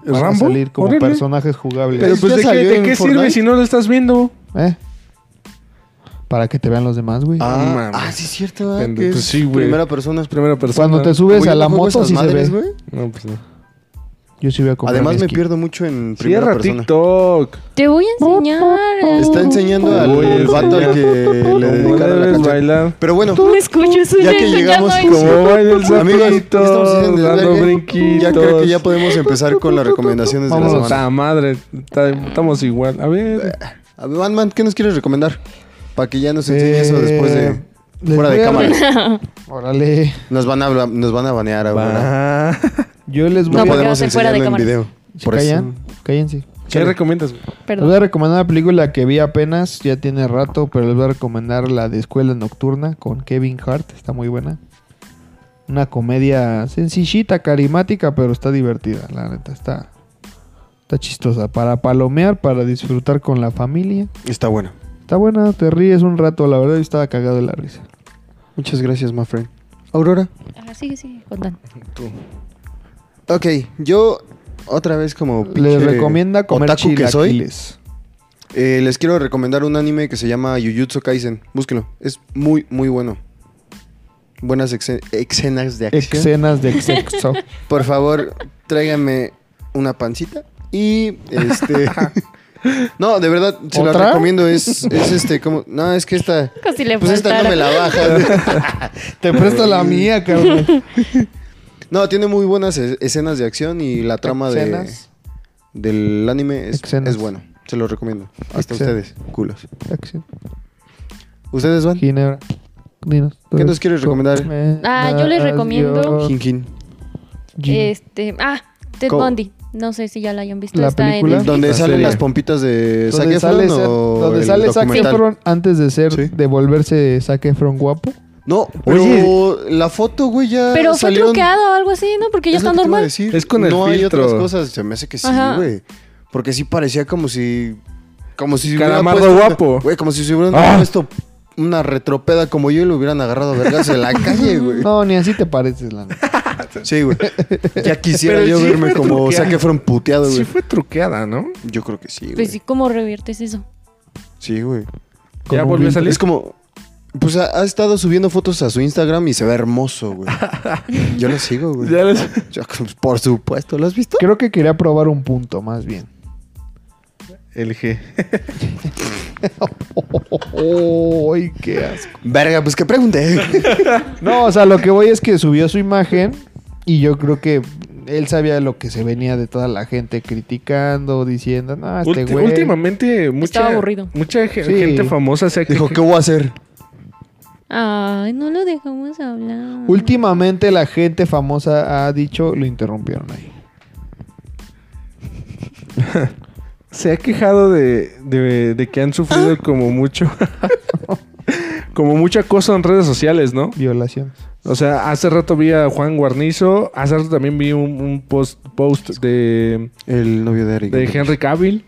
A: Van a
C: ¿Rambo?
A: salir como
C: Órale.
A: personajes jugables.
C: Pero pues,
B: ¿Ya
C: ¿de qué,
B: salió
C: de
B: en
C: qué
B: Fortnite?
C: sirve si no lo estás viendo?
A: ¿Eh? Para que te vean los demás, güey.
B: ah,
C: Mames.
B: ah, sí, es cierto. ah,
C: Pende-
B: que
C: pues
B: es
C: sí, güey.
B: Primera persona es primera.
C: Primera persona.
A: Cuando te subes
B: Como yo
A: a la
B: no juego
A: moto
B: esas
A: sí se
B: madres,
A: ve.
B: güey.
C: No, pues no.
A: Yo sí voy a comprar
B: Además
A: mi
B: me
A: esquí.
B: pierdo mucho en primera
C: Cierra
B: persona.
C: TikTok.
D: Te voy a enseñar.
B: Oh,
D: eh,
B: Está enseñando al
C: Voy a
B: vato al
C: enseñar.
B: que Eh, le
C: Como
B: dedicaron la
C: debes
B: canción.
C: bailar.
B: Pero bueno,
D: Tú me escuchas,
B: ya
D: oye,
B: que
D: eso
B: llegamos
D: no es-
C: Como baila el
B: amigos, ya estamos
C: sapito,
B: haciendo
C: dando
B: desvergue.
C: brinquitos.
B: Ya creo que ya podemos empezar con las recomendaciones de la
C: Vamos
B: semana.
C: a madre. está- Estamos igual. A
B: Eh,
C: ver.
B: A ver, Batman, ¿qué nos quieres recomendar? Para que ya nos enseñe
A: Eh,
B: eso después de
A: les
B: fuera de
A: voy a-
B: cámara.
A: Órale.
B: Nos van a habla- nos van a banear ahora.
C: Ah.
A: Yo les voy
B: No,
D: porque
A: a...
D: va a
B: podemos
D: ser
B: enseñarlo
D: fuera de
B: en
D: cámara.
B: video.
A: ¿Se
B: Por eso.
A: callan? Cállense.
C: ¿Qué recomiendas?
A: Les voy
D: Perdón.
A: a recomendar una película que vi apenas, ya tiene rato, pero les voy a recomendar la de Escuela Nocturna con Kevin Hart, está muy buena. Una comedia sencillita, carismática, pero está divertida, la neta, está, está chistosa. Para palomear, para disfrutar con la familia.
B: Está bueno.
A: Está buena, te ríes un rato, la verdad, yo estaba cagado de la risa.
B: Muchas gracias, my friend. Aurora.
D: Ah, sigue, sigue, contando.
B: Ok, yo otra vez como pinche
A: Les recomienda comer
B: otaku que soy,
A: chilaquiles.
B: eh, les quiero recomendar un anime que se llama Jujutsu Kaisen. Búsquenlo, es muy muy bueno. Buenas exe- escenas de acción.
A: Escenas de sexo.
B: Por favor, tráigame una pancita y este No, de verdad se lo
A: ¿Otra?
B: recomiendo es es este como no, es que esta
D: Como si le
B: pues esta no
D: faltara.
B: me la baja.
A: Te presto la mía, cabrón.
B: No, tiene muy buenas es- escenas de acción y la trama de
A: Escenas.
B: del anime es,
A: Escenas.
B: es bueno. Se lo recomiendo. Hasta
A: Escenas.
B: ustedes, culos.
A: Acción.
B: ¿Ustedes van?
A: Ginebra. Dinos,
B: ¿Qué nos quieres recomendar?
D: Ah, yo les recomiendo-
B: Jin Jin.
D: Este, ah, Ted
B: ¿Cómo?
D: Bundy. No sé si ya la hayan visto.
A: ¿La
D: está
A: película?
D: en
B: ¿Dónde
C: La
B: salen
C: serie.
B: las pompitas de Zac
A: donde
B: Efron
A: sale, Zac-
B: o
A: donde
B: el
A: sale Zac
B: documental?
A: Efron antes de ser
B: Sí.
A: de volverse Zac Efron guapo.
B: No, pero la foto, güey, ya
D: Pero fue
B: salieron...
D: truqueado o algo así, ¿no? Porque ya
B: Ah, Es lo que
D: está
B: te iba a
D: normal.
B: decir.
C: Es con el
B: No hay
C: filtro.
B: otras cosas. Se me hace que sí,
D: Ajá.
B: güey. Porque sí parecía como si... Como si... se hubiera
C: Calamardo guapo.
B: Güey, como si se hubieran
C: Ah.
B: puesto una retropeda como yo y lo hubieran agarrado a vergas en la calle, güey.
A: No, ni así te pareces, la neta.
B: Sí, güey. Ya quisiera
C: Pero
B: yo
C: sí
B: verme
C: fue
B: como
C: truqueado.
B: Zac Efron puteado, güey.
C: Sí fue truqueada, ¿no?
B: Yo creo que sí, güey.
D: Pues sí, ¿cómo reviertes eso?
B: Sí, güey.
A: Con
C: ¿Ya
A: un
C: volvió a
A: link.
C: salir?
B: Es como... Pues ha, ha estado subiendo fotos a su Instagram y se ve hermoso, güey. Yo lo sigo, güey.
C: Ya les-
B: Yo, pues, Por supuesto, ¿lo has visto?
A: Creo que quería probar un punto, más bien.
C: El G.
A: ¡Ay, qué asco!
B: Verga, pues que pregunté.
A: No, o sea, lo que voy es que subió su imagen y yo creo que él sabía lo que se venía de toda la gente criticando, diciendo, no, este
C: Ulti-
A: güey.
C: últimamente mucha,
D: Estaba aburrido.
C: mucha ge-
A: Sí.
C: gente famosa se ha
B: Dijo, ¿qué voy a hacer?
D: Ay, no lo dejamos hablar.
A: Últimamente la gente famosa ha dicho, lo interrumpieron ahí.
C: se ha quejado de, de- de que han sufrido como mucho. como mucho acoso en redes sociales, ¿no?
A: Violaciones.
C: O sea, hace rato vi a Juan Guarnizo. Hace rato también vi un, un post, post de,
B: El novio de Eric.
C: de Henry Cavill.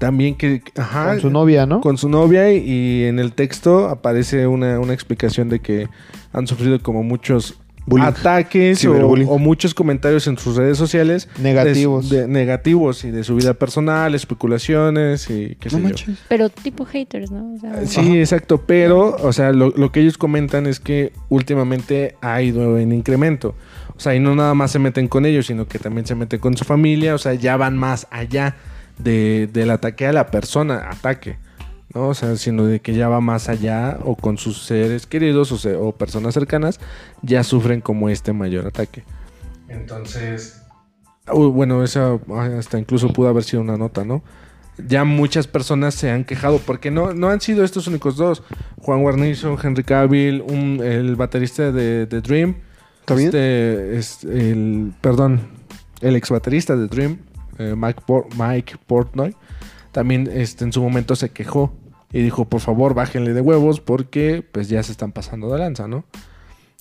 C: También que. Ajá.
A: Con su novia, ¿no?
C: Ah, con su novia y, y en el texto aparece una, una explicación de que han sufrido como muchos
B: Bullying.
C: ataques o,
B: Ciberbullying.
C: o muchos comentarios en sus redes sociales de-
A: Negativos.
C: de, negativos y de su vida personal, especulaciones y qué sé yo.
D: Pero tipo haters, ¿no? O
B: Ah,
D: sea,
C: Sí, exacto, pero, o sea, lo, lo que ellos comentan es que últimamente ha ido en incremento. O sea, y no nada más se meten con ellos, sino que también se meten con su familia, o sea, ya van más allá de- del ataque a la persona, ataque, ¿no? O sea, sino de que ya va más allá o con sus seres queridos o, se- o personas cercanas, ya sufren como este mayor ataque. Entonces, uh, bueno, esa ah, hasta incluso pudo haber sido una nota, ¿no? ya muchas personas se han quejado porque no, no han sido estos únicos dos. Juan Guarnizo, Henry Cavill, un- el baterista de, de Dream.
B: ¿También?
C: Este, es el, perdón, el ex baterista de Dream, eh, Mike, Por- Mike Portnoy, también este, en su momento se quejó y dijo, por favor, bájenle de huevos porque pues ya se están pasando de lanza, ¿no?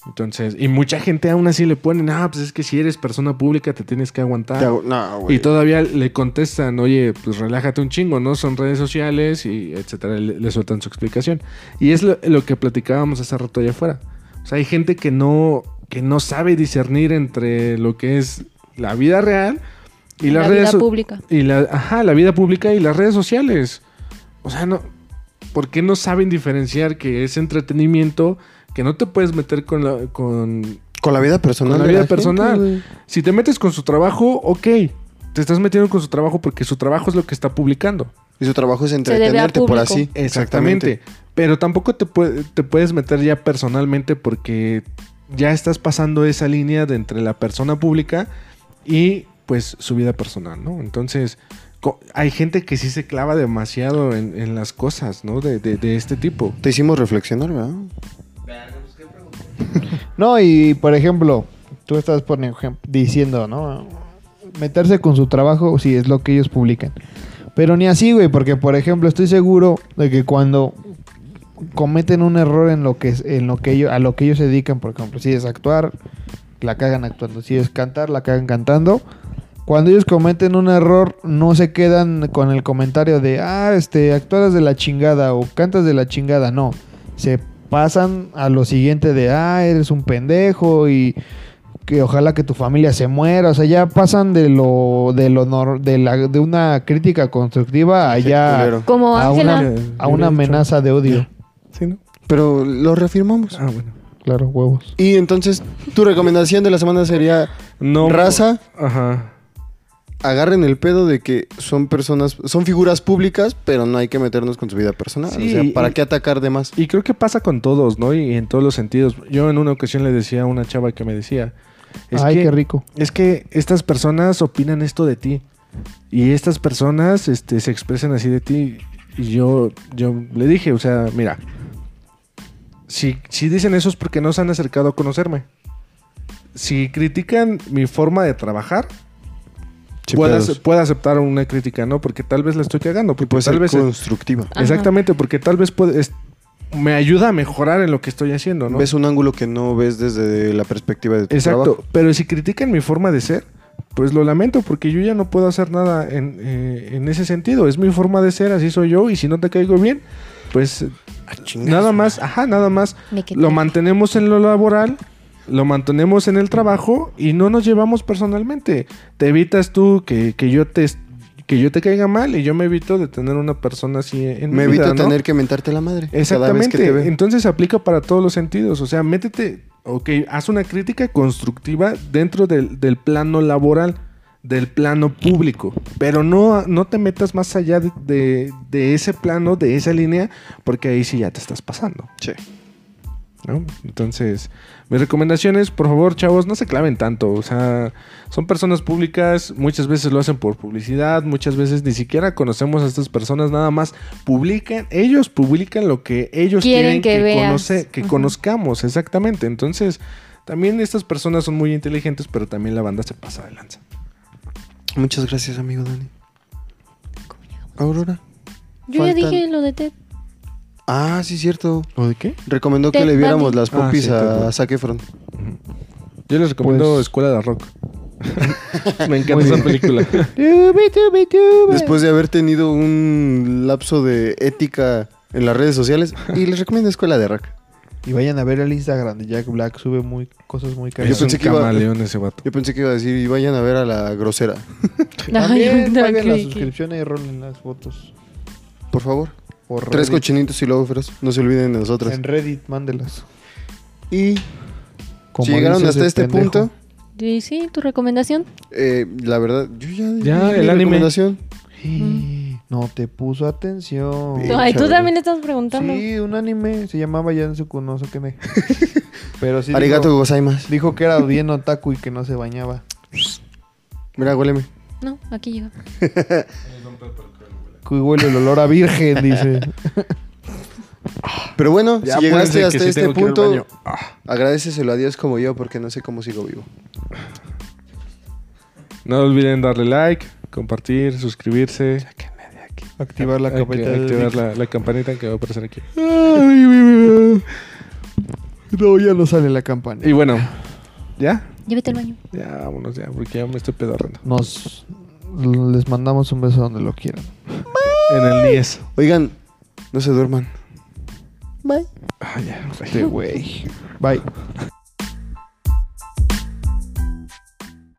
C: Entonces, y mucha gente aún así le ponen, ah, pues es que si eres persona pública te tienes que aguantar.
B: Te hago- No, güey.
C: Y todavía le contestan, oye, pues relájate un chingo, ¿no? Son redes sociales y etcétera. Le, le sueltan su explicación. Y es lo, lo que platicábamos hace rato allá afuera. O sea, hay gente que no, que no sabe discernir entre lo que es la vida real y las
D: la
C: redes
D: vida
C: so-
D: pública.
C: Y la, ajá, la vida pública y las redes sociales. O sea, no. ¿Por qué no saben diferenciar que es entretenimiento? Que no te puedes meter con la, con,
B: Con Con la vida personal.
C: Con la
B: de
C: vida
B: gente,
C: personal.
B: güey.
C: Si te metes con su trabajo, ok. Te estás metiendo con su trabajo porque su trabajo es lo que está publicando.
B: y su trabajo es
D: debe a
B: entretenerte por
D: público.
B: así.
C: Exactamente. Pero tampoco te, pue- te puedes meter ya personalmente porque ya estás pasando esa línea de entre la persona pública y pues su vida personal, ¿no? Entonces, co- hay gente que sí se clava demasiado en, en las cosas, ¿no? De, de- de este tipo.
B: Te hicimos reflexionar, ¿verdad?
A: No, y por ejemplo, tú estás por ejem- diciendo, ¿no? Meterse con su trabajo si es lo que ellos publican. Pero ni así, güey, porque por ejemplo, estoy seguro de que cuando cometen un error en lo que es- en lo que ellos a lo que ellos se dedican, por ejemplo, si es actuar, la cagan actuando, si es cantar, la cagan cantando. Cuando ellos cometen un error, no se quedan con el comentario de, ah, este, actúas de la chingada o cantas de la chingada, no se pasan a lo siguiente de, ah, eres un pendejo y que ojalá que tu familia se muera. O sea, ya pasan de lo de lo nor- de, la, de una crítica constructiva a ya
B: culero.
D: Como
A: a
D: Ángela.
A: una, a una amenaza de odio.
C: Sí, ¿no?
B: Pero lo reafirmamos.
C: Ah, bueno.
A: Claro, huevos.
B: Y entonces, tu recomendación de la semana sería:
C: No. pues,
B: Raza.
C: Ajá.
B: agarren el pedo de que son personas, son figuras públicas, pero no hay que meternos con su vida personal.
C: Sí,
B: o sea, ¿para
C: y-
B: qué atacar de más?
C: Y creo que pasa con todos, ¿no? Y en todos los sentidos. Yo en una ocasión le decía a una chava que me decía, es
A: Ay,
C: que
A: qué rico.
C: es que estas personas opinan esto de ti. Y estas personas este, se expresan así de ti. Y yo, yo le dije, o sea, mira, si, si dicen eso es porque no se han acercado a conocerme. Si critican mi forma de trabajar, puedo, ace- puedo aceptar una crítica, ¿no? Porque tal vez la estoy cagando.
B: y
C: Porque
A: Pues
B: puede
C: tal
B: ser
C: vez
B: constructiva.
D: Ajá.
C: Exactamente, porque tal vez puede- es- me ayuda a mejorar en lo que estoy haciendo, ¿no?
B: Ves un ángulo que no ves desde la perspectiva de tu
C: Exacto,
B: trabajo.
C: pero si critican mi forma de ser, pues lo lamento porque yo ya no puedo hacer nada en, eh, en ese sentido. Es mi forma de ser, así soy yo y si no te caigo bien, pues
B: Ah,
C: nada más, ajá, nada más.
D: Me quedé.
C: Lo mantenemos en lo laboral, lo mantenemos en el trabajo y no nos llevamos personalmente. Te evitas tú que, que yo te que yo te caiga mal y yo me evito de tener una persona así en
B: Me
C: mi
B: evito
C: vida, ¿no?
B: tener que mentarte la madre. Cada vez que
C: Exactamente.
B: te veo.
C: Entonces aplica para todos los sentidos. O sea, métete, ok, haz una crítica constructiva dentro del, del plano laboral, del plano público. Pero no, no te metas más allá de, de- de ese plano, de esa línea, porque ahí sí ya te estás pasando.
B: Sí.
C: ¿no? Entonces, mis recomendaciones, por favor, chavos, no se claven tanto. O sea, son personas públicas, muchas veces lo hacen por publicidad, muchas veces ni siquiera conocemos a estas personas, nada más publican, ellos publican lo que ellos quieren,
D: Quieren que
C: que,
D: veas.
C: conoce- que
D: Ajá.
C: conozcamos, exactamente. Entonces, también estas personas son muy inteligentes, pero también la banda se pasa de lanza.
B: Muchas gracias, amigo Dani. Aurora.
D: Yo ya
B: Faltan-
D: dije lo de Ted.
B: Ah, sí, cierto.
C: ¿O de qué?
B: Recomendó que
D: Ted
B: le viéramos
D: Bundy.
B: las
C: Ah,
B: popis
C: sí, Ted
B: a
C: Bundy.
B: Zac Efron.
C: Yo les recomiendo
A: Pues-
C: Escuela de Rock. Me encanta esa película.
B: Después de haber tenido un lapso de ética en las redes sociales. Y les recomiendo Escuela de Rock.
A: Y vayan a ver el Instagram de Jack Black, sube muy cosas muy
C: Yo
A: caras.
B: pensé
C: pensé
B: que
C: que
B: iba-
C: camaleón ese vato.
B: Yo pensé que iba a decir, y vayan a ver a la grosera.
A: También
D: no,
A: paguen las
D: creí que-
A: suscripciones y rolen las fotos.
B: Por favor.
A: Por
B: Tres
A: Reddit.
B: cochinitos y luego feroz. No se olviden de nosotros.
A: En Reddit, mándelas.
B: Y
A: Como
B: si llegaron
A: dice
B: hasta
A: ese
B: este
A: pendejo.
B: punto,
D: Sí, sí, tu recomendación.
B: eh, la verdad, yo ya. di
C: Ya,
B: mi
C: el anime.
B: recomendación.
A: No te puso atención.
B: Mm. Sí,
D: Ay, tú
B: chaval.
D: también le estás preguntando.
A: Sí, un anime. Se llamaba Yansuku no sé qué me. Pero sí.
B: Arigato
A: Dijo,
B: gozaimasu.
A: dijo que era bien otaku y que no se bañaba.
B: Mira, huéleme.
D: No, aquí llega.
A: Que huele el olor a virgen, dice.
B: Pero bueno,
C: Ya
B: si
C: acuérdense
B: llegaste
C: que
B: hasta
C: sí
B: este
C: tengo que ir al
B: punto,
C: baño.
B: agradeceselo a Dios como yo porque no sé cómo sigo vivo.
C: No olviden darle like, compartir, suscribirse.
A: Activar la
C: Hay que
A: capeta
C: activar
A: de
C: la, la campanita que va a aparecer aquí.
A: No, ya no sale la campana.
C: Y bueno, ¿ya?
D: Llévate al baño.
C: Ya, vámonos ya, porque ya me estoy pedorrando.
A: Nos les mandamos un beso donde lo quieran.
C: En el NIES.
B: Oigan, no se duerman. Bye.
C: Ah, ya, güey.
A: Este güey. Bye.